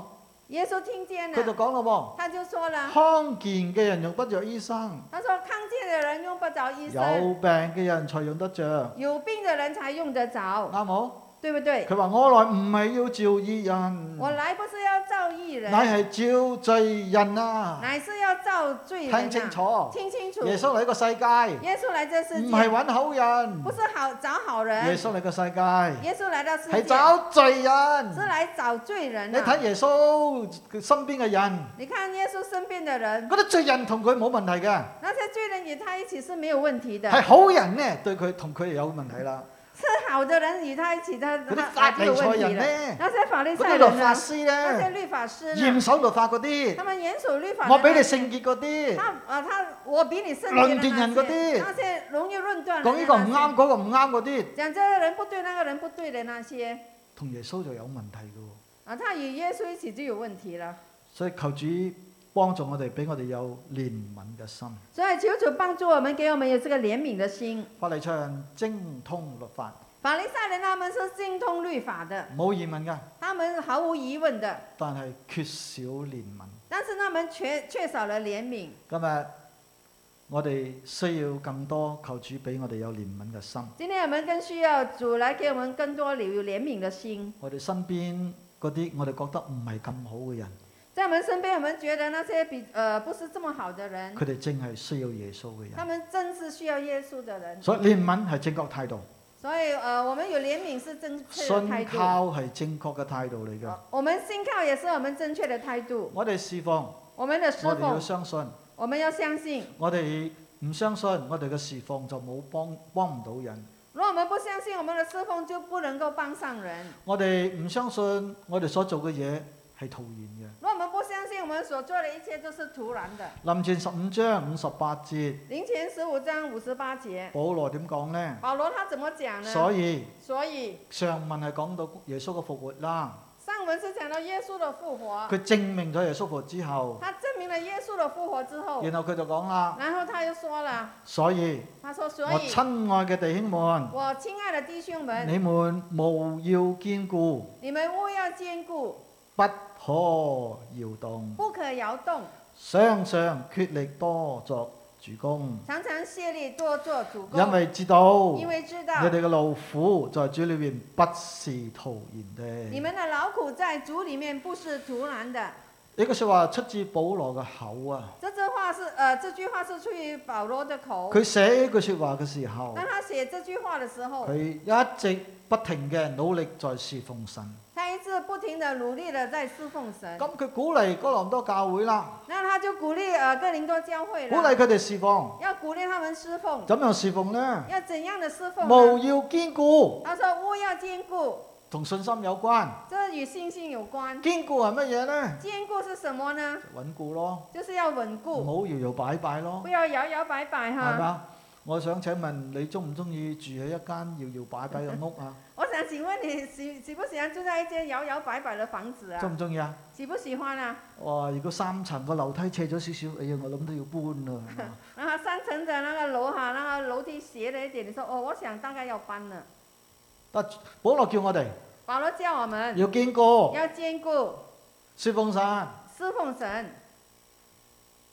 B: 耶稣听见
A: 佢就
B: 了，
A: 講咯
B: 他就说
A: 喎，
B: 了，
A: 康健嘅人用不着醫生，
B: 他说康健的人用不着医
A: 有
B: 生，
A: 病嘅人才用得着，
B: 有病的人才
A: 哦
B: 用得着，
A: 啱冇？
B: 对不对？
A: 佢話我來唔係要召義人，
B: 我来不是要造造义人，
A: 嗯乃係招罪人啊！
B: 乃是要造罪人、啊。
A: 聽清，楚，
B: 听清楚。
A: 耶穌嚟個世界，
B: 耶稣来这世
A: 唔
B: 界，
A: 係揾好人
B: 不，是好找好人。
A: 耶穌嚟個世界
B: 耶稣来到世界
A: 係找罪
B: 是
A: 人。
B: 来找罪人
A: 你
B: 的、
A: 睇耶穌佢身邊嘅人，
B: 你看耶稣身边的人，
A: 嗰啲罪人同佢冇問題嘅，
B: 那些罪人与他一起是没有问题的，
A: 係好人呢對佢同佢有問題啦。
B: 是好的人与他一起他
A: 嗰
B: 他
A: 啲
B: 他
A: 法
B: 没
A: 利
B: 有
A: 賽
B: 问题
A: 人
B: 的。
A: 呢，
B: 那些法律
A: 嗰啲
B: 赛人
A: 律
B: 呢
A: 法？師
B: 那些
A: 呢，
B: 律法师呢？
A: 嚴守律法嗰啲，
B: 他们严守律法的那些。
A: 我比你聖潔嗰啲。
B: 他啊，他我比你圣洁
A: 論斷人嗰啲
B: 那些容易论断人
A: 講呢
B: 的那些
A: 個唔啱，嗰、個唔啱嗰啲，
B: 讲这个人不对，那个人不对的那些
A: 同耶穌就有問題嘅喎。
B: 啊，他与耶稣一起就有问题了。
A: 所以求主幫助我哋，俾我哋有憐憫嘅心。
B: 所以求主帮助我们，给我们有这个怜悯的心。
A: 法利賽人精通律法，
B: 法利赛人他们是精通律法的，
A: 冇疑問㗎，
B: 他们毫无疑问的，
A: 但係缺少憐憫。
B: 但是他们缺缺少了怜悯。
A: 今日我哋需要更多求主俾我哋有憐憫嘅心。
B: 今天我们更需要主来给我们更多有怜悯的心，
A: 我哋身邊嗰啲我哋覺得唔係咁好嘅人，
B: 在我们身边，我们觉得那些比呃不是这么好的人，
A: 佢哋正係需要耶穌嘅
B: 他
A: 人。
B: 们真是需要耶稣的人。
A: 啊所以憐憫係正確態度，
B: 所以呃，我们有怜悯是正确的态
A: 信
B: 度，
A: 靠係正確嘅態度嚟㗎。
B: 呃我们信靠也是我们正确的态度。
A: 我哋侍奉，
B: 我们的
A: 我
B: 侍
A: 哋要
B: 奉，
A: 相信。
B: 我们要相信。
A: 我哋唔相信，我哋嘅侍奉就冇幫幫唔到人。
B: 如果我们不相信，我们的侍奉就不能够帮上人；
A: 我哋唔相信，我哋所做嘅嘢係徒然
B: 如果我们不相信，我们所做的一切都是徒然的。
A: 嘅。林前十五章五十八節，
B: 林前十五章五十八节，
A: 保羅點講呢？
B: 保罗他怎么讲呢？
A: 所以
B: 所以
A: 上文係講到耶穌嘅復活啦，
B: 上文是讲到耶稣的复活，
A: 佢證明咗耶穌復活之後，
B: 他證明了耶稣的复活之后，
A: 然後佢就講啦，
B: 然后他又说了，
A: 所以
B: 他说：“所
A: 我
B: 以，
A: 親愛嘅弟兄們，
B: 我亲爱的弟兄们，
A: 你們務要堅固，
B: 你们务要坚固，
A: 不可搖動，
B: 不可摇动，
A: 常常竭力多作主公。
B: 常常卸力，多做主公。
A: 因為知道
B: 因为知
A: 你
B: 道
A: 哋嘅勞苦在主裏面不是徒然
B: 你
A: 的。
B: 们的劳苦在主里面不是徒然的。
A: 呢句説話出自保羅嘅口啊！
B: 这句话是呃，这句话是出于保罗的口。
A: 佢寫呢句説話嘅時候，
B: 当他写这句话的时候，
A: 佢一直不停嘅努力在侍奉神。
B: 他一直不停的努力的在侍奉神。
A: 咁佢鼓勵哥林多教會啦，
B: 那他就鼓励呃哥林多教会
A: 鼓勵
B: 了，
A: 佢哋侍奉。
B: 要鼓励他们侍奉，
A: 怎樣侍奉呢？
B: 要怎样的侍奉呢？
A: 務要堅固，
B: 他说勿要坚固，
A: 同信心有關。
B: 这与信心有关。
A: 堅固係乜嘢呢？
B: 坚固是什么呢？
A: 就穩固咯，
B: 就是要稳
A: 唔
B: 固，
A: 好搖搖擺擺咯
B: 不，要摇摇摆摆
A: 係
B: 哈。
A: 嘛？我想請問你中唔中意住喺一間搖搖擺擺嘅屋啊？
B: 我想请问你喜喜不喜欢住在一间摇摇摆摆的房子
A: 中
B: 啊？
A: 唔中意啊？
B: 喜不喜欢啊？
A: 哇！如果三層個樓梯斜咗少少，哎呀，我諗都要搬啦係嘛。
B: 然后三层的那个楼哈，那个楼梯斜了一点，你说哦，我想大概要搬了。
A: 保羅叫我哋
B: 保罗叫我们
A: 要堅固，
B: 要坚固，
A: 侍奉神，
B: 侍奉神，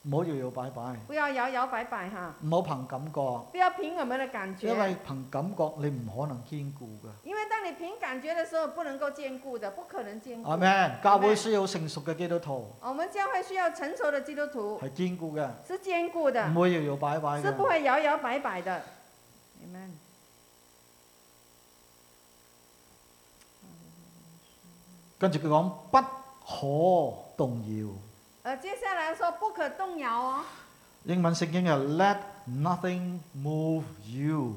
A: 唔好搖搖擺擺，
B: 不要摇摇摆摆哈，
A: 唔好憑感覺，
B: 不要凭我们的感觉，
A: 因為憑感覺你唔可能堅固嘅。
B: 因为当你凭感觉的时候，不能够兼顾的，不可能兼顾。
A: 阿 Man，教會需要成熟嘅基督徒
B: 我们教会需要成熟的基督徒，
A: 係堅固嘅，
B: 是坚固的
A: 唔，會搖搖擺擺
B: 是不
A: 嘅。
B: 会摇摇摆摆的。Amen
A: 跟住佢講不可動搖，
B: 呃，接下来说不可动摇哦，
A: 英文聖經係 Let nothing move you，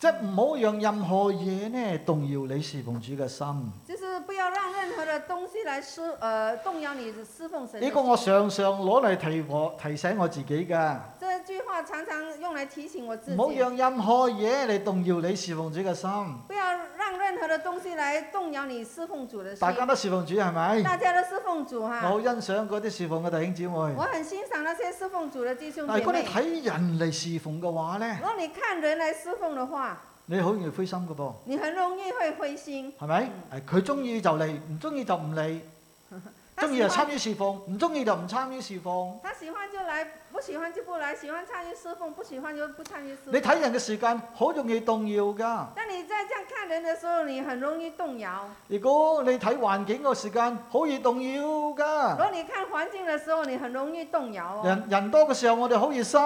A: 即係唔好讓任何嘢呢動搖你侍奉主嘅心。
B: 就是不要让任何的东西来施呃动摇你的侍奉神的
A: 呢
B: 心。
A: 個我常常攞嚟提我提醒我自己㗎，
B: 这句话常常用来提醒我自
A: 唔好
B: 己，
A: 讓任何嘢嚟動搖你侍奉主嘅心。
B: 不要让任何的东西来動搖你侍奉主的心
A: 大。家都侍奉主係咪？
B: 大家都侍奉主
A: 我
B: 哈，
A: 好欣賞嗰啲侍奉嘅弟兄姊
B: 我
A: 妹。
B: 很欣賞那些侍奉主的弟兄
A: 但係
B: 姐
A: 如果你
B: 妹。
A: 睇人嚟侍奉嘅話
B: 如
A: 呢，
B: 果你看人来侍奉的话，
A: 你好容易灰心嘅噃，
B: 你很容易会灰心。
A: 係咪？誒佢中意就嚟，唔中意就唔嚟。
B: 他
A: 中意
B: 喜
A: 就
B: 欢
A: 參與侍奉，唔中意就唔參與侍奉。
B: 他喜欢就来，不喜欢就不来，喜欢参与侍奉，不喜欢就不参与侍
A: 你
B: 奉。
A: 睇人嘅時間好容易動搖㗎。
B: 当你在这样看人的时候，你很容易动摇。
A: 如果你睇環境嘅時間，好易動搖
B: 如
A: 㗎。
B: 果你看环境的时候，你很容易动搖哦。
A: 人人多嘅時候，我哋好熱心；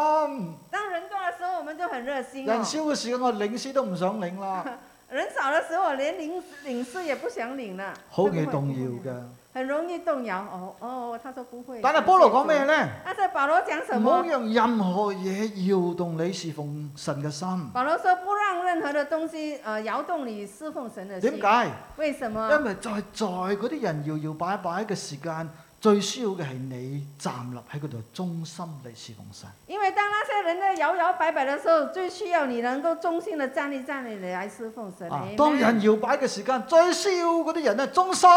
B: 当人多的时候，我们就很热心哦
A: 人。少嘅時間，我領詩都唔想領啦，
B: 人少的时候，连领领事也不想领了，
A: 好
B: 会
A: 易
B: 不会
A: 動搖㗎。
B: 很容易动搖。哦哦，他说不会。
A: 但係保羅講咩？呢？
B: 但是保罗讲什
A: 唔好
B: 么？
A: 讓任何嘢搖動你侍奉神嘅心。
B: 保罗说不让任何的东西呃摇动你侍奉神的心
A: 點。解？
B: 为什么？
A: 因為在在嗰啲人搖搖擺擺嘅時間，最需要嘅係你站立喺嗰度，忠心嚟侍奉神。
B: 因为当那些人在摇摇摆摆的时候，最需要你能够忠心的站立站立地来侍奉神。
A: 啊
B: Amen，
A: 當人搖擺嘅時間，最需要嗰啲人咧忠心，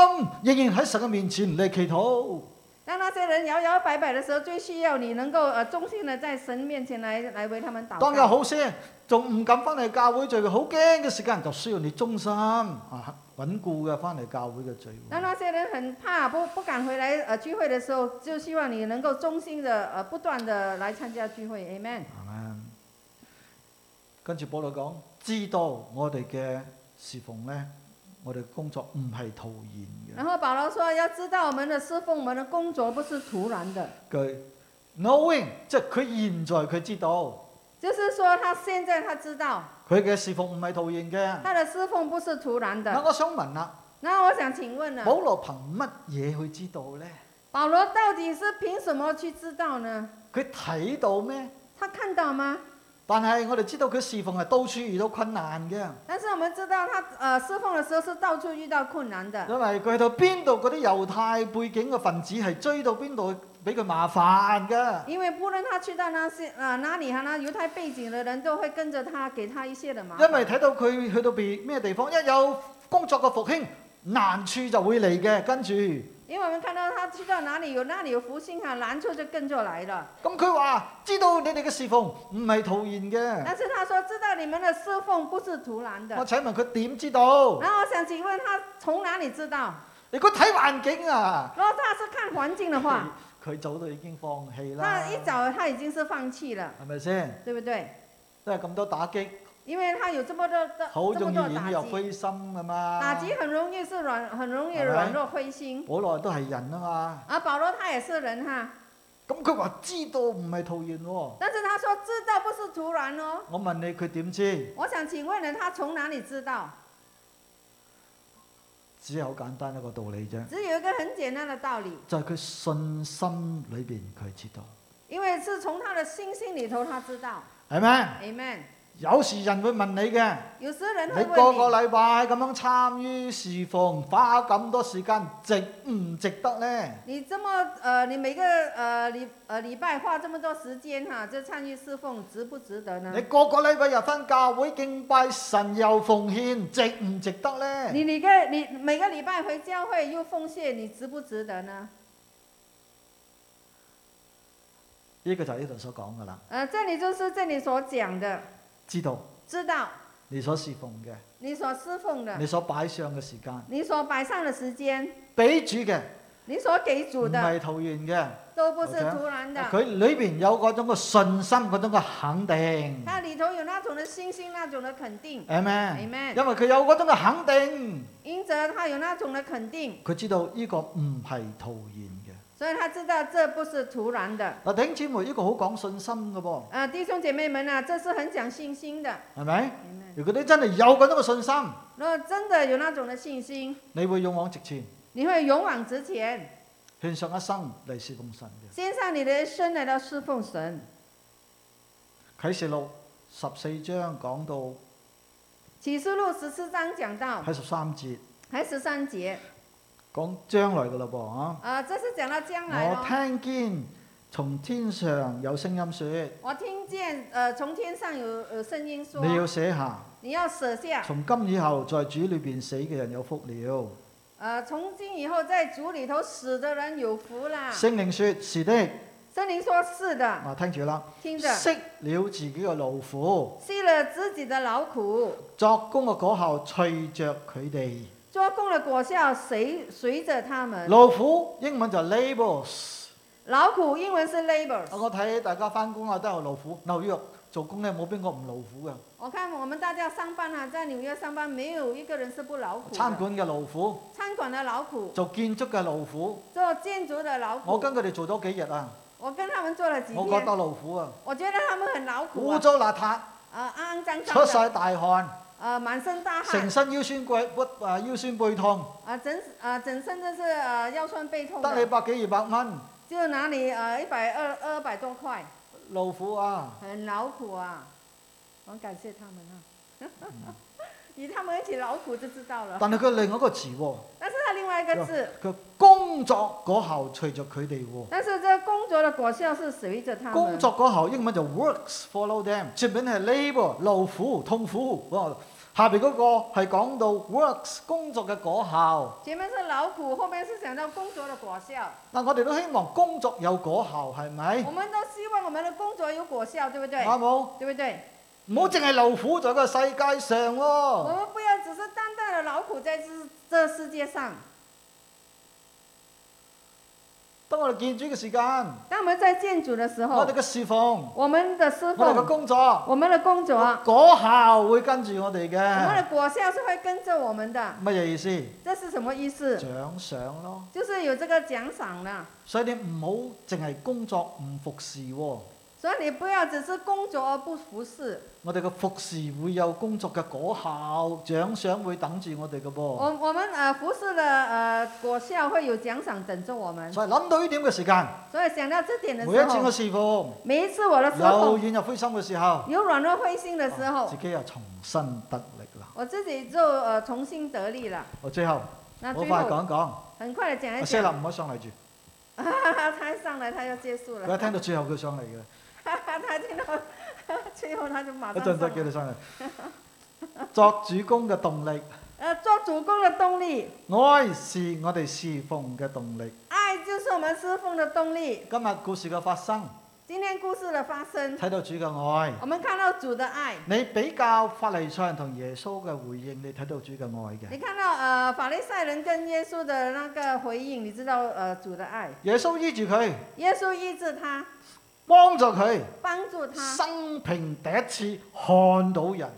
A: 仍然喺神嘅面前嚟祈禱。
B: 当那些人摇摇摆摆的时候，最需要你能够呃忠心的在神面前来来为他们祷
A: 當有
B: 告。
A: 好聲，仲唔敢翻嚟教會聚會，好驚嘅時間，就需要你忠心啊，穩固嘅翻嚟教會嘅聚會
B: 当。那些人很怕不不敢回来呃聚会的时候，就希望你能够忠心的呃不断的来参加聚会，amen。
A: 係咪跟住保羅講，知道我哋嘅侍奉咧，我哋嘅工作唔係徒然嘅。
B: 然后保罗说，要知道我们的侍奉，我们的工作不是突然的，
A: 佢 knowing 即係佢現在佢知道
B: 就是说他现在他知道
A: 佢嘅侍奉唔係徒然嘅。
B: 他的侍奉不是突然
A: 嗱，
B: 的。
A: 我想問啦，
B: 那我想请问呢？啊
A: 保羅憑乜嘢去知道呢？
B: 保罗到底是凭什么去知道呢？
A: 佢睇到咩？
B: 他看到吗？
A: 但係我哋知道佢侍奉係到處遇到困難嘅，
B: 但是我们知道他呃侍奉的时候是到处遇到困難的，
A: 因為佢去到邊度嗰啲猶太背景嘅分子係追到邊度，俾佢麻煩嘅。
B: 因為不論他去到那些呃哪里哈，那猶太背景的人都會跟着他，給他一些的麻
A: 因為
B: 煩。
A: 睇到佢去到邊咩地方，一有工作嘅復興，難處就會嚟嘅。跟住咁
B: 因為我們看到他去到哪里有哪里有福星啊哈，難處就跟着來了。
A: 佢話：知道你哋嘅侍奉唔係徒然嘅。
B: 但是他說知道你們的侍奉不是徒然的
A: 我。請問佢點知道？
B: 然後我想請問他從哪裡知道？
A: 如果睇環境啊，
B: 如果他是看環境的話，
A: 佢早都已經放棄啦
B: 那，一早他已經是放棄了，
A: 係咪先？
B: 對不對？
A: 都係咁多打擊，
B: 因為他有這麼多的
A: 好
B: 這
A: 容
B: 麼
A: 易
B: 多
A: 軟
B: 打
A: 弱
B: 擊，
A: 灰心噶嘛。
B: 打擊很容易是軟，很容易
A: 係咪
B: 軟弱灰心。
A: 本來都係人啊嘛，
B: 而保罗他也是人哈，
A: 咁佢話知道唔係徒然喎、
B: 但是他說知道不是突然哦。
A: 我問你，佢點知？
B: 我想請問人，他從哪裡知道？
A: 只有好簡單一個道理啫，
B: 只有一個很簡單的道理，
A: 就係、佢信心裏邊佢知道，
B: 因為是從他的心心裡頭他知道。
A: 係咪？
B: Amen。
A: 有時人會問你嘅，
B: 有時人
A: 你
B: 會
A: 個個
B: 問
A: 禮拜咁樣參與侍奉，花咁多時間，值唔值得呢？
B: 你，你這麼呃，你每個呃禮呃禮拜花這麼多時間哈、就參與侍奉，值不值得呢
A: 你？個個禮拜日翻教會敬拜神又奉獻，值唔值得呢？
B: 你你個你每個禮拜回教會又奉獻，你值不值得呢？
A: 呢個就係呢度所講噶啦，
B: 呃，這裡就是這裡所講的，
A: 知道
B: 知道
A: 你所侍奉嘅，
B: 你所侍奉的
A: 你，所擺上嘅時間，
B: 你所擺上的時間。
A: 俾主嘅，
B: 你所給
A: 唔
B: 主的
A: 係徒然
B: 都不是突然
A: 嘅，
B: 的，
A: 佢裏邊有嗰種嘅信心，嗰種嘅肯定，
B: 那里頭有那種的信心，那種的肯定。
A: 係咪？因
B: Amen。
A: 為佢有嗰種嘅肯定，
B: 因着他有那種的肯定，
A: 佢知道呢個唔係徒然嘅。
B: 所以他知道這不是突然的。
A: 嗱，弟兄姊妹，呢個好講信心嘅噃，
B: 呃，弟兄姐妹們啊，这是很講信心的。
A: 係咪？
B: Amen
A: 如果你真係有嗰種嘅信心，
B: 如果真的有那種的信心，
A: 你會勇往直前，
B: 你會勇往直前，
A: 獻上一生嚟侍奉神嘅。
B: 獻上你的一生來到侍奉神。
A: 啟示錄十四章講到
B: 啟示錄十四章講到，
A: 喺十三節，
B: 還十三節，
A: 講將來嘅嘞噃啊！
B: 呃，這是講到哦將來咯。
A: 我聽見從天上有聲音說：
B: 我聽見呃從天上有有聲音說，啊
A: 你要寫下，
B: 你要舍下。
A: 從今以後在主裏邊死嘅人有福了。
B: 呃，从今以后在主里頭死的人有福啦。
A: 聖靈說：是的。
B: 圣灵说是的，
A: 嗱，聽住啦，
B: 啊聽着，
A: 息了自己嘅勞苦，
B: 吸了自己的劳苦，
A: 作工嘅果效隨着佢哋。
B: 做工的果效随随着他们。
A: 勞苦英文就 labors。
B: 劳苦英文是 labors。
A: 我睇大家翻工啊都有勞苦，紐約做工咧冇邊個唔勞苦嘅。
B: 我看我们大家上班啊，在纽约上班，没有一个人是不劳苦的。
A: 餐館嘅勞苦，
B: 餐馆的劳苦，
A: 做建築嘅勞苦，
B: 做建筑的劳苦。
A: 我跟佢哋做咗幾日啊，
B: 我跟他们做了几
A: 我覺
B: 天
A: 得，勞苦啊，
B: 我觉得他们很劳苦
A: 污
B: 啊，
A: 糟邋遢，
B: 呃，肮
A: 出
B: 肮脏脏的，
A: 晒大汗，
B: 呃，满身大汗
A: 成，身腰酸背骨啊腰酸背痛，
B: 啊，整啊整身就是呃腰酸背痛
A: 得你
B: 的，
A: 百幾二百蚊，
B: 就拿你呃一百二二百多块，
A: 勞苦啊！
B: 很劳苦啊，我感谢他们啊， [LAUGHS]
A: 嗯
B: 与他们一起劳苦就知道了。
A: 但係佢另外一個詞喎，
B: 但是他另外一个字，
A: 佢工作嗰後隨着佢哋喎。
B: 但是这工作的果效是随着他
A: 工
B: 们。
A: 作嗰後英文就 works follow them，前面係 labour 勞苦痛苦，哦下邊嗰個係講到 works 工作嘅果效。
B: 前面是劳苦，后面是讲到工作的果效。
A: 但我哋都希望工作有果效，係咪？
B: 我们都希望我们的工作有果效，对不对？
A: 啱冇？
B: 对不对？
A: 唔好淨係勞苦在個世界上喎、
B: 我们不要只是单单的劳苦在这这世界上。
A: 當我哋見主嘅時間，
B: 当我们在建主的时
A: 我
B: 候
A: 哋，嘅侍奉，
B: 我们的师
A: 我哋嘅
B: 傅，
A: 工作，哎
B: 我们的工作，我
A: 果效會跟住我哋
B: 们
A: 嘅。
B: 的果效是会跟着我们的。
A: 乜嘢意思？
B: 这是什么意思？
A: 獎賞咯。
B: 就是有这个奖赏的。
A: 所以你唔好淨係工作唔服侍喎、
B: 所以你不要只是工作而不服侍。
A: 我哋嘅服侍會有工作嘅果效，獎賞會等住我哋嘅噃。
B: 我我们呃服侍的呃果效会有奖賞等着我们。
A: 所以諗到呢點嘅時間，
B: 所以想到这点的
A: 每
B: 时
A: 一次我
B: 候，
A: 侍奉
B: 每一次我的时
A: 有
B: 候
A: 軟入灰心嘅時候，
B: 有软弱灰心的时候
A: 自，己又重新得力啦。
B: 我自己就呃重新得力了。
A: 我最後
B: 那
A: 我
B: 最
A: 快
B: 后
A: 講一講。
B: 很快的讲一
A: 阿 s a
B: 讲。
A: r 唔好上嚟住，
B: [LAUGHS] 他上来他要结束
A: 佢一
B: 了，
A: 聽到最後佢上嚟嘅，
B: [LAUGHS] 他听到 [LAUGHS] 最后他就马
A: 一
B: 上
A: 陣
B: 上
A: 再叫
B: 來。
A: 你上嚟。作主公嘅動力，
B: 呃，做主公的动力，
A: 愛是我哋侍奉嘅動力。
B: 爱就是我们侍奉的动力。
A: 今日故事嘅發生，
B: 今天故事的发生，
A: 睇到主嘅愛，
B: 我们看到主的爱，
A: 你比較法利賽人同耶穌嘅回應，你睇到主嘅愛嘅。
B: 你看到呃法利赛人跟耶稣的那个回应，你知道呃主的爱，
A: 耶穌醫住佢，
B: 耶稣医治他，
A: 幫助佢，
B: 帮助他，
A: 生平第一次看到人，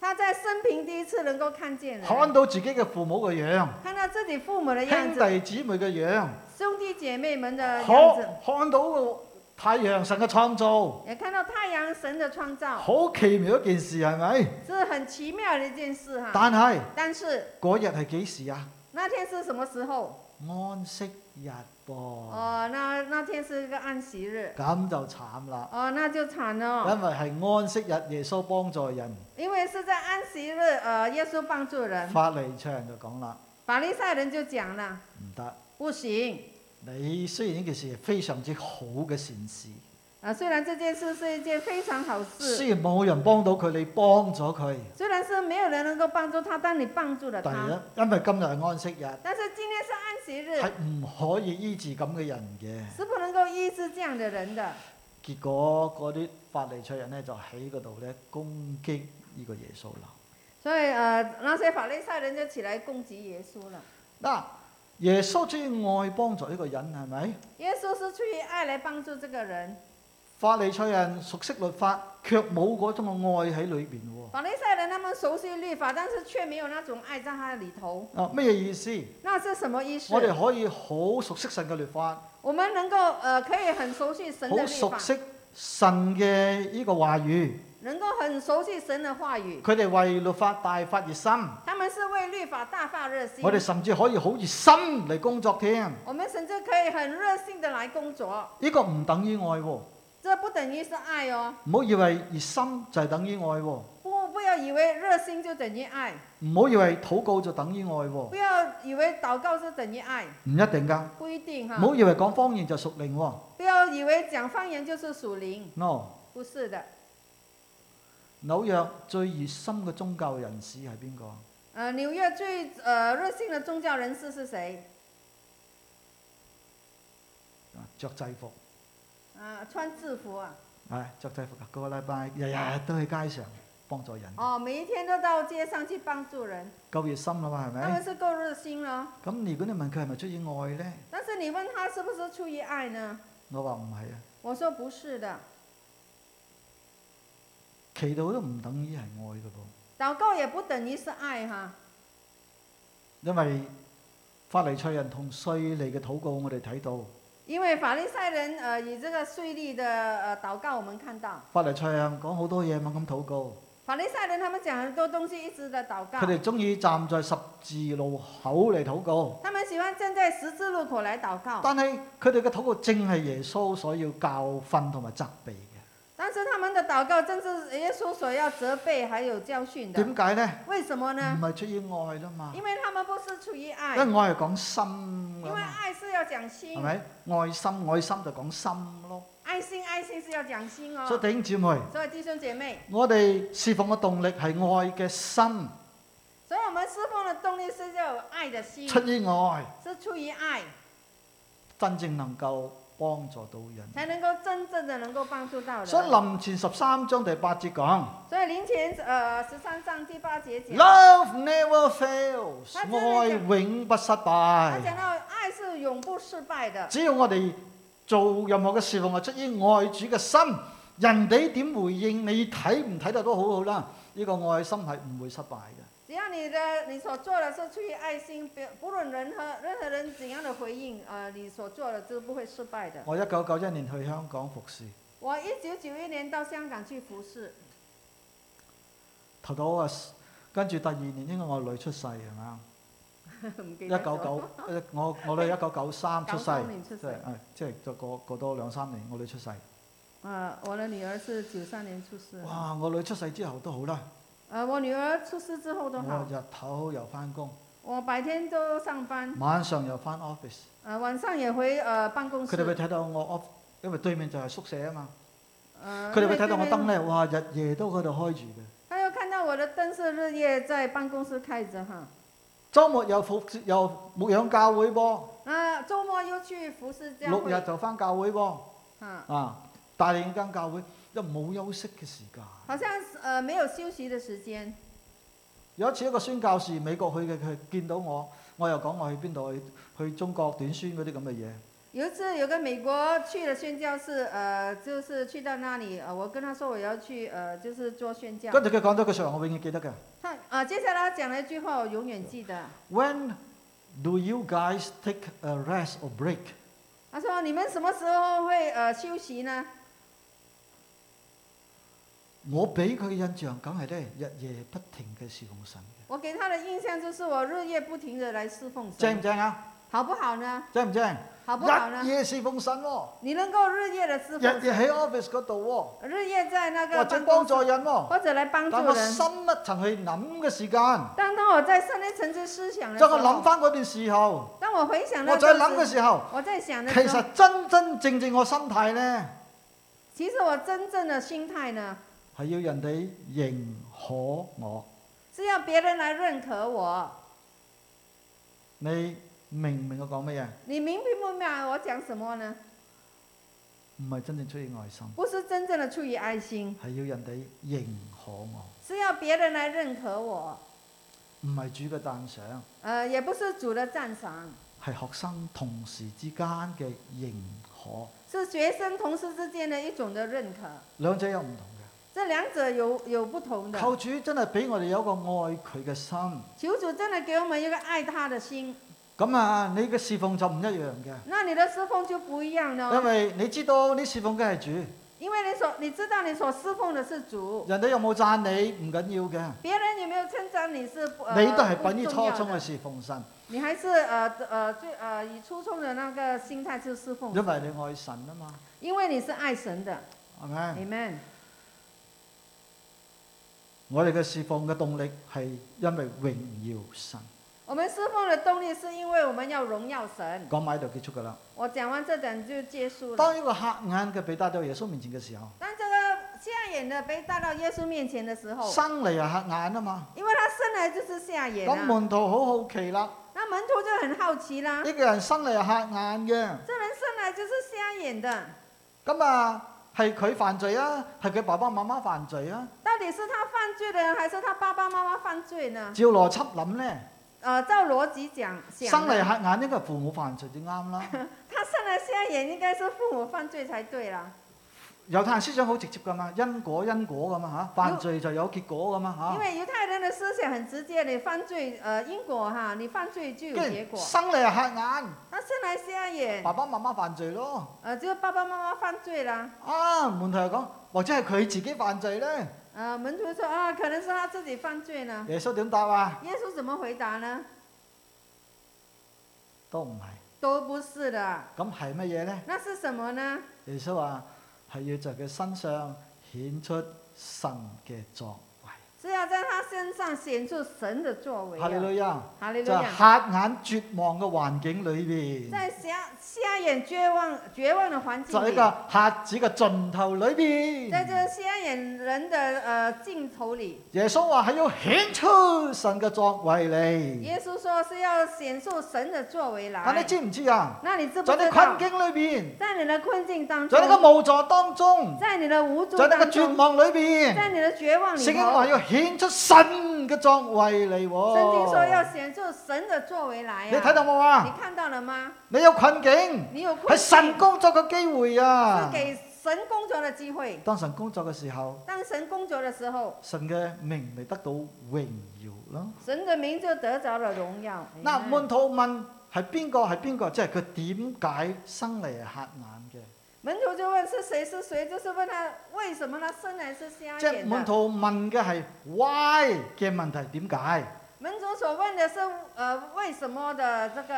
B: 他在生平第一次能够看见人，
A: 看到自己嘅父母嘅樣，
B: 看到自己父母的样
A: 兄
B: 子，
A: 弟姊妹嘅樣，
B: 兄弟姐妹们的样子，
A: 可看到個太陽神嘅創造。
B: 也看到太阳神的创造，
A: 好奇妙一件事係咪？
B: 是很奇妙的一件事哈。
A: 但係
B: 但是
A: 嗰日係幾時啊？
B: 那天是什么时候？
A: 安息日噃，
B: 哦，那那天是一个安息日，
A: 咁就慘啦，
B: 哦，那就惨了哦，
A: 因為係安息日，耶穌幫助人，
B: 因为是在安息日，呃，耶稣帮助人，
A: 法利賽人就講啦，
B: 法利赛人就讲了，
A: 唔得，
B: 不行，
A: 你雖然呢件事係非常之好嘅善事，
B: 啊，虽然这件事是一件非常好事，
A: 雖然冇人幫到佢，你幫咗佢，
B: 虽然是没有人能够幫助他，但你幫助了
A: 但係
B: 他。
A: 咧因為今日係安息日，
B: 但是今天是安息日，
A: 係唔可以醫治咁嘅人嘅。
B: 是不能够医治这样的人的。
A: 結果嗰啲法利賽人咧就喺嗰度咧攻擊呢個耶穌啦。
B: 所以呃，那些法利赛人就起来攻击耶稣了。
A: 嗱，耶穌主要愛幫助呢個人係咪？
B: 耶稣是出于爱来帮助这个人，
A: 法利賽人熟悉律法，卻冇嗰種嘅愛喺裏邊喎。
B: 法利赛人他们熟悉律法，但是却没有那种爱在他里头，
A: 啊，咩意思？
B: 那是什么意思？
A: 我哋可以好熟悉神嘅律法，
B: 我们能够呃可以很熟悉神的
A: 好
B: 律
A: 熟
B: 法，
A: 悉神嘅呢個話語。
B: 能够很熟悉神的话语，
A: 佢哋為律法大發熱心，
B: 他们是为律法大发热心
A: 我。哋甚至可以好熱心嚟工作添。呢、
B: 我们甚至可以很热心的来工作，
A: 個唔等於愛喎，唔
B: 这不等于是爱哦，
A: 好以為熱心就係等於愛喎，
B: 不不要以为热心就等于爱，
A: 唔好以為禱告就等於愛喎，唔
B: 不要以为祷告就等于爱，
A: 一定㗎。
B: 不一定
A: 唔
B: 哈。
A: 好以為講方言就屬靈喎
B: 不要以为讲方言就是属灵，
A: ，no。
B: 不是的。
A: 紐約最熱心嘅宗教人士係邊個？
B: 呃，纽约最呃热心的宗教人士是谁？
A: 着制服，
B: 啊，穿制服啊，
A: 啊係、着制服㗎個個禮拜日日都去街上，幫助人，
B: 哦，每一天都到街上去帮助人，
A: 夠熱心啦嘛，係
B: 他们
A: 咪？
B: 是够热心了。
A: 咁如果你問佢係咪出於愛呢？
B: 但是你问他是不是出于爱呢？
A: 我話唔係啊，
B: 我说不是的，
A: 祈禱都唔等於係愛嘅噃，
B: 祷告也不等于是爱哈，
A: 因為法利賽人同稅吏嘅禱告，我哋睇到
B: 因为法利赛人呃以这个税吏的呃祷告，我们看到
A: 法利賽人講好多嘢，猛咁禱告，
B: 法利赛人他们讲很多东西，一直的祷告
A: 佢，哋中意站在十字路口嚟禱告，
B: 他们喜欢站在十字路口来祷告，
A: 但係佢哋嘅禱告正係耶穌所要教訓同埋責備嘅。
B: 但是他们的祷告正是耶稣所要责备还有教训的。
A: 點解呢？
B: 为什么
A: 唔
B: 呢？
A: 係出於愛啦嘛，
B: 因为他们不是出于爱
A: 因，為愛係講心
B: 因
A: 噶
B: 为
A: 嘛，
B: 爱是要讲心
A: 係，咪？愛心愛心就講心咯。
B: 爱心爱心是要讲心
A: 所以
B: 哦。
A: 弟兄姊妹，
B: 所以弟兄姐妹，
A: 我哋侍奉嘅動力係愛嘅心，
B: 所以我们侍奉的动力是要有爱的心，
A: 出於愛，
B: 是出于爱，
A: 真正能夠幫助到人。
B: 才能够真正的能够帮助到人。
A: 所以林前十三章第八節講
B: 所以林前呃十三章第八节讲，
A: ：Love never fails，
B: 他真係
A: 愛永不失
B: 他
A: 敗。
B: 讲到爱是永不失败的。
A: 只要我哋做任何嘅侍奉係出於愛主嘅心，人哋點回應你睇唔睇得都好好啦。呢、個愛心係唔會失敗嘅。
B: 只要你的你所做的是出于爱心，不不论任何任何人怎样的回应，呃，你所做的都不会失败的。
A: 我一九九一年去香港服侍，
B: 我一九九一年到香港去服侍， [LAUGHS]
A: 頭頭啊，跟住第二年應該我女出世係咪啊？
B: 唔記
A: 一
B: 得
A: 九
B: 咗
A: 九，一我我女一九九三出世
B: 93年，出
A: 即
B: 世
A: 係誒即係再過過多兩三年，我女出世。
B: 呃，我的女儿是九三年出世，
A: 哇！我女出世之後都好啦，
B: 呃，我女儿出世之后都
A: 我
B: 好，
A: 日頭又翻工，
B: 我白天都上班，
A: 晚上又翻 office。
B: 呃，晚上也回呃办公
A: 佢哋會
B: 室，
A: 睇到我 off，因為對面就係宿舍啊嘛。
B: 呃，
A: 佢哋會
B: 因
A: 睇
B: 为
A: 到我
B: 这边
A: 燈咧，哇！日夜都喺度開住嘅。
B: 他又看到我的灯是日夜在办公室开着哈，
A: 週末又服又牧養教會噃，
B: 那周末又去服侍教
A: 六日
B: 会，
A: 就翻教會噃，
B: 啊，
A: 啊！帶領間教會，又冇休息嘅時間。
B: 好像是呃没有休息的时间。
A: 有一次一個宣教士美國去嘅，佢見到我，我又講我去邊度去去中國短宣嗰啲咁嘅嘢。
B: 有一次有个美国去了宣教士，呃，就是去到那里，呃，我跟他说我要去，呃，就是做宣教。
A: 跟住佢講咗句説話，我永遠記得嘅。
B: 他啊、呃，接下来他讲了一句话，我永远记得。
A: When do you guys take a rest or break？
B: 他说：“你们什么时候会呃休息呢
A: 我俾佢嘅印象梗係咧，日夜不停嘅侍奉神嘅，？”
B: 我给他的印象就是我日夜不停的来侍奉
A: 正
B: 神
A: 唔，正啊？
B: 好不好呢？
A: 正唔正？
B: 好不好
A: 日
B: 呢？
A: 夜侍奉神喎、
B: 你能够日夜的侍奉
A: 日夜
B: 神，
A: 喺 office 嗰度
B: 日夜在那
A: 喎，或
B: 个
A: 者
B: 办
A: 幫
B: 公
A: 助
B: 室，
A: 人喎、
B: 或者来帮
A: 但
B: 助
A: 我
B: 人。
A: 深一層去諗嘅時間，
B: 当当我在深一层次思想的时
A: 當我諗
B: 候，
A: 翻嗰段時候，
B: 当我回想
A: 我
B: 到
A: 再諗嘅
B: 这时，
A: 時候，
B: 我在想的
A: 其
B: 时候，
A: 實真真正正我心態呢，
B: 其实我真正的心态呢，
A: 係要人哋認可我，
B: 是要别人来认可我。
A: 你明唔明我講乜嘢？
B: 你明不明白我讲什么呢？
A: 唔係真正出於愛心，
B: 不是真正的出于爱心，
A: 係要人哋認可我，
B: 是要别人来认可我。
A: 唔係主嘅讚賞，
B: 呃，也不是主的赞赏，
A: 係學生同事之間嘅認可，
B: 是学生同事之间的一种的认可。
A: 兩者有唔同
B: 这两者有有不同
A: 嘅。
B: 的。
A: 求主真係俾我哋有一個愛佢嘅心，
B: 求主真的给我们一个爱他的心，
A: 咁啊，你嘅侍奉就唔一樣嘅，
B: 那你的侍奉就不一样了
A: 因
B: 哦。
A: 為你知道你侍奉嘅係主，
B: 因为你所你知道你所侍奉的是主，
A: 人哋有冇讚你唔緊要嘅，
B: 别人有没有称赞你是不呃
A: 你啊都係
B: 不
A: 本於初
B: 重要啊
A: 衷去
B: 的，
A: 侍奉神。
B: 你还是呃呃最呃以初衷的那个心态去侍奉
A: 因
B: 神，
A: 為你愛神啊嘛，
B: 因为你是爱神的
A: 係咪？
B: ，Amen。
A: 我哋嘅侍奉嘅動力係因為榮耀神。
B: 我们侍奉的动力是因为我们要荣耀神。
A: 講埋呢度結束㗎啦。
B: 我讲完这点就结束了。
A: 當一個黑眼嘅被帶到耶穌面前嘅時候，
B: 当这个瞎眼的被带到耶稣面前的时候，
A: 生嚟係黑眼啊嘛。
B: 因为他生来就是瞎眼
A: 咁
B: 啊，
A: 門徒好好奇啦，
B: 那门徒就很好奇啦。
A: 呢個人生嚟係黑眼嘅，
B: 这人生来就是瞎眼的，
A: 咁啊係佢犯罪啊，係佢爸爸媽媽犯罪啊，
B: 到到底是他犯罪的人，还是他爸爸妈妈犯罪呢？
A: 照邏輯諗咧，
B: 呃，照邏輯講，
A: 生
B: 想
A: 嚟
B: 呢
A: 瞎眼應該係父母犯罪至啱啦。
B: [LAUGHS] 他生了瞎眼，應該是父母犯罪才對啦。
A: 猶太人思想好直接噶嘛，因果因果噶嘛嚇，犯罪就有結果噶嘛
B: 因
A: 嚇。
B: 為猶太人的思想很直接，你犯罪，呃，因果哈，你犯罪就有
A: 跟
B: 結
A: 住
B: 果。
A: 生嚟瞎眼，
B: 他生了瞎眼，
A: 爸爸媽媽犯罪咯。
B: 呃，就爸爸媽媽犯罪啦。
A: 啊，門徒又講，或者係佢自己犯罪咧。
B: 呃，門徒說啊，可能是他自己犯罪呢。
A: 耶穌點答啊？
B: 耶穌怎麼回答呢？
A: 都唔係。
B: 都不是的，
A: 咁係乜嘢咧？
B: 那是什麼呢？
A: 耶穌話係要在佢身上顯出神嘅作為。
B: 是要在他身上顯出神的作為、
A: 哈利路
B: 啊。
A: 亞！
B: 哈利
A: 就
B: 路
A: 係
B: 亞！
A: 瞎眼絕望嘅環境裏邊，
B: 在瞎瞎眼絕望絕望的環
A: 就
B: 境
A: 喺
B: 裏，
A: 個瞎子嘅盡頭裏
B: 在
A: 邊，
B: 这瞎眼人的呃鏡頭裏，
A: 耶穌話係要顯出神嘅作為嚟。
B: 耶穌說是要顯出神的作為
A: 但你
B: 來。
A: 知唔知啊？
B: 那你知不
A: 在
B: 知
A: 你
B: 道
A: 困？境裏邊，
B: 在你的困境當
A: 在你
B: 中，
A: 嘅無助當中，
B: 在你的無助
A: 在你嘅
B: 當
A: 絕
B: 中，
A: 望裏邊，
B: 在你的絕望
A: 聖
B: 裏
A: 經話
B: 頭，
A: 要顯出神嘅作為嚟
B: 聖經說要
A: 喎。
B: 顯出神的作為來
A: 你睇
B: 啊！
A: 到冇
B: 你
A: 啊？
B: 看到了嗎？
A: 你有困境。
B: 你有
A: 係
B: 困境，
A: 神工作嘅機會啊
B: 是！給神工作的機會。
A: 當神工作嘅時候，
B: 當神工作的時候，
A: 神嘅名咪得到榮耀咯。
B: 神的名就得着了榮耀。
A: 嗱，
B: Amen
A: 門徒問係邊個係邊個，即係佢點解生嚟係瞎眼
B: 門徒就問是誰是誰，就是問他為什麼他生來是瞎
A: 嘅？即係
B: 眼
A: 門
B: 的。
A: 徒問嘅係 why 嘅問題，點解？
B: 門徒所問的是呃為什麼的這個，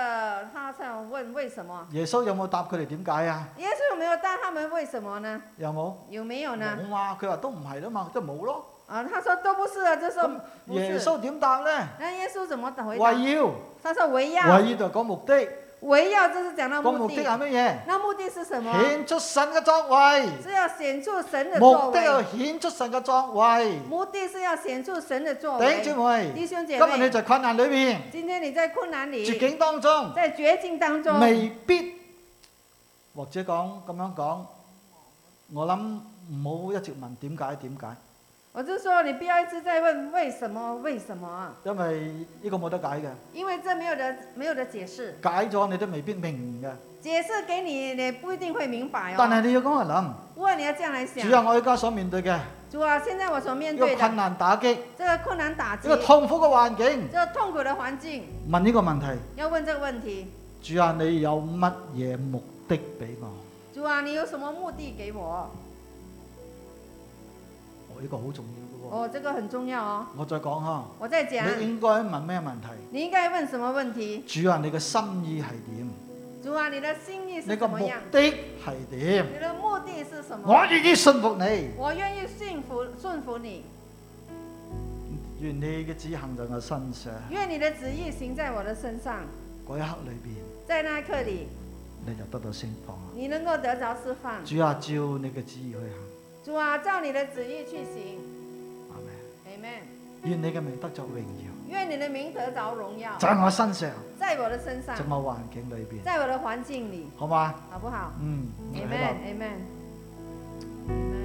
B: 他想問為什麼。
A: 耶穌有冇答佢哋點解啊？
B: 耶穌有沒有答他們為什麼呢？
A: 有冇？
B: 有沒有呢？
A: 冇啊嘛？佢話都唔係啦嘛，即係冇咯。
B: 啊，他說都不是啊，就
A: 咁
B: 說不
A: 耶
B: 是。
A: 穌點答咧？
B: 那耶穌怎麼回
A: 為
B: 答？
A: 要，
B: 他說圍繞，
A: 為要就講目的，
B: 圍繞就是講到
A: 個目
B: 目
A: 的啊
B: 的。
A: 係乜
B: 那目的是什麼
A: 嘢？？顯出神嘅作為。
B: 是要顯出神的作
A: 目的啊
B: 為，
A: 係顯出神嘅作為。
B: 目的是要顯出神的作
A: 弟兄姊
B: 為。
A: 妹，
B: 弟兄
A: 今
B: 姐
A: 日你
B: 妹，
A: 在困難裏面、
B: 今天你在困難
A: 絕
B: 裡，
A: 境當中，
B: 在絕境當中，
A: 未必或者講咁樣講，我諗唔好一直問點解點解，
B: 我就說你不要一直在問為什麼為什麼啊，
A: 因為呢個冇得解嘅，
B: 因為這沒有的沒有的解釋，
A: 解咗你都未必明嘅。
B: 解釋給你你不一定會明白
A: 但係
B: 哦。
A: 你要咁去諗，
B: 不過你要這樣來
A: 主啊，
B: 想，
A: 我而家所面對嘅
B: 主啊，現在我所面
A: 呢
B: 對
A: 個
B: 的
A: 困難打擊，呢
B: 這個困難打
A: 個
B: 擊，
A: 痛苦嘅環境，
B: 這個痛苦的環境，
A: 問呢個問題，
B: 要問這個問題，
A: 主啊，你有乜嘢目的俾我？
B: 主啊，你有什麼目的給我？
A: 哦，呢個好重要嘅喎。
B: 哦，哎這個很重要哦。
A: 我再講嚇。
B: 我再
A: 你
B: 講，
A: 應該問咩問題？
B: 你應該問什麼問題？
A: 主啊，你嘅心意係點？
B: 主啊，你的心意
A: 你
B: 是
A: 個
B: 怎哦麼
A: 目
B: 樣？
A: 的係點？
B: 你的目的是什
A: 我
B: 麼？
A: 願意信服你，
B: 我願意信服順服你，
A: 願你嘅指行在我身上。
B: 願你的旨意行在我的身上。
A: 嗰一刻裏邊，
B: 在那一刻裡，
A: 你就得到釋放啦。
B: 你能夠得着釋放。
A: 主啊，照你嘅旨意去行，
B: 主啊，照你的旨意去行。
A: 阿咩？
B: Amen。
A: 願你嘅名得着榮耀，
B: 願你的名得着榮耀，
A: 在我身上，
B: 哦在我的身上
A: 在，我環境裏邊，
B: 在我的環境裡，
A: 好嘛？
B: 好不好
A: 嗯，我喺度
B: ？Amen。Amen。Amen。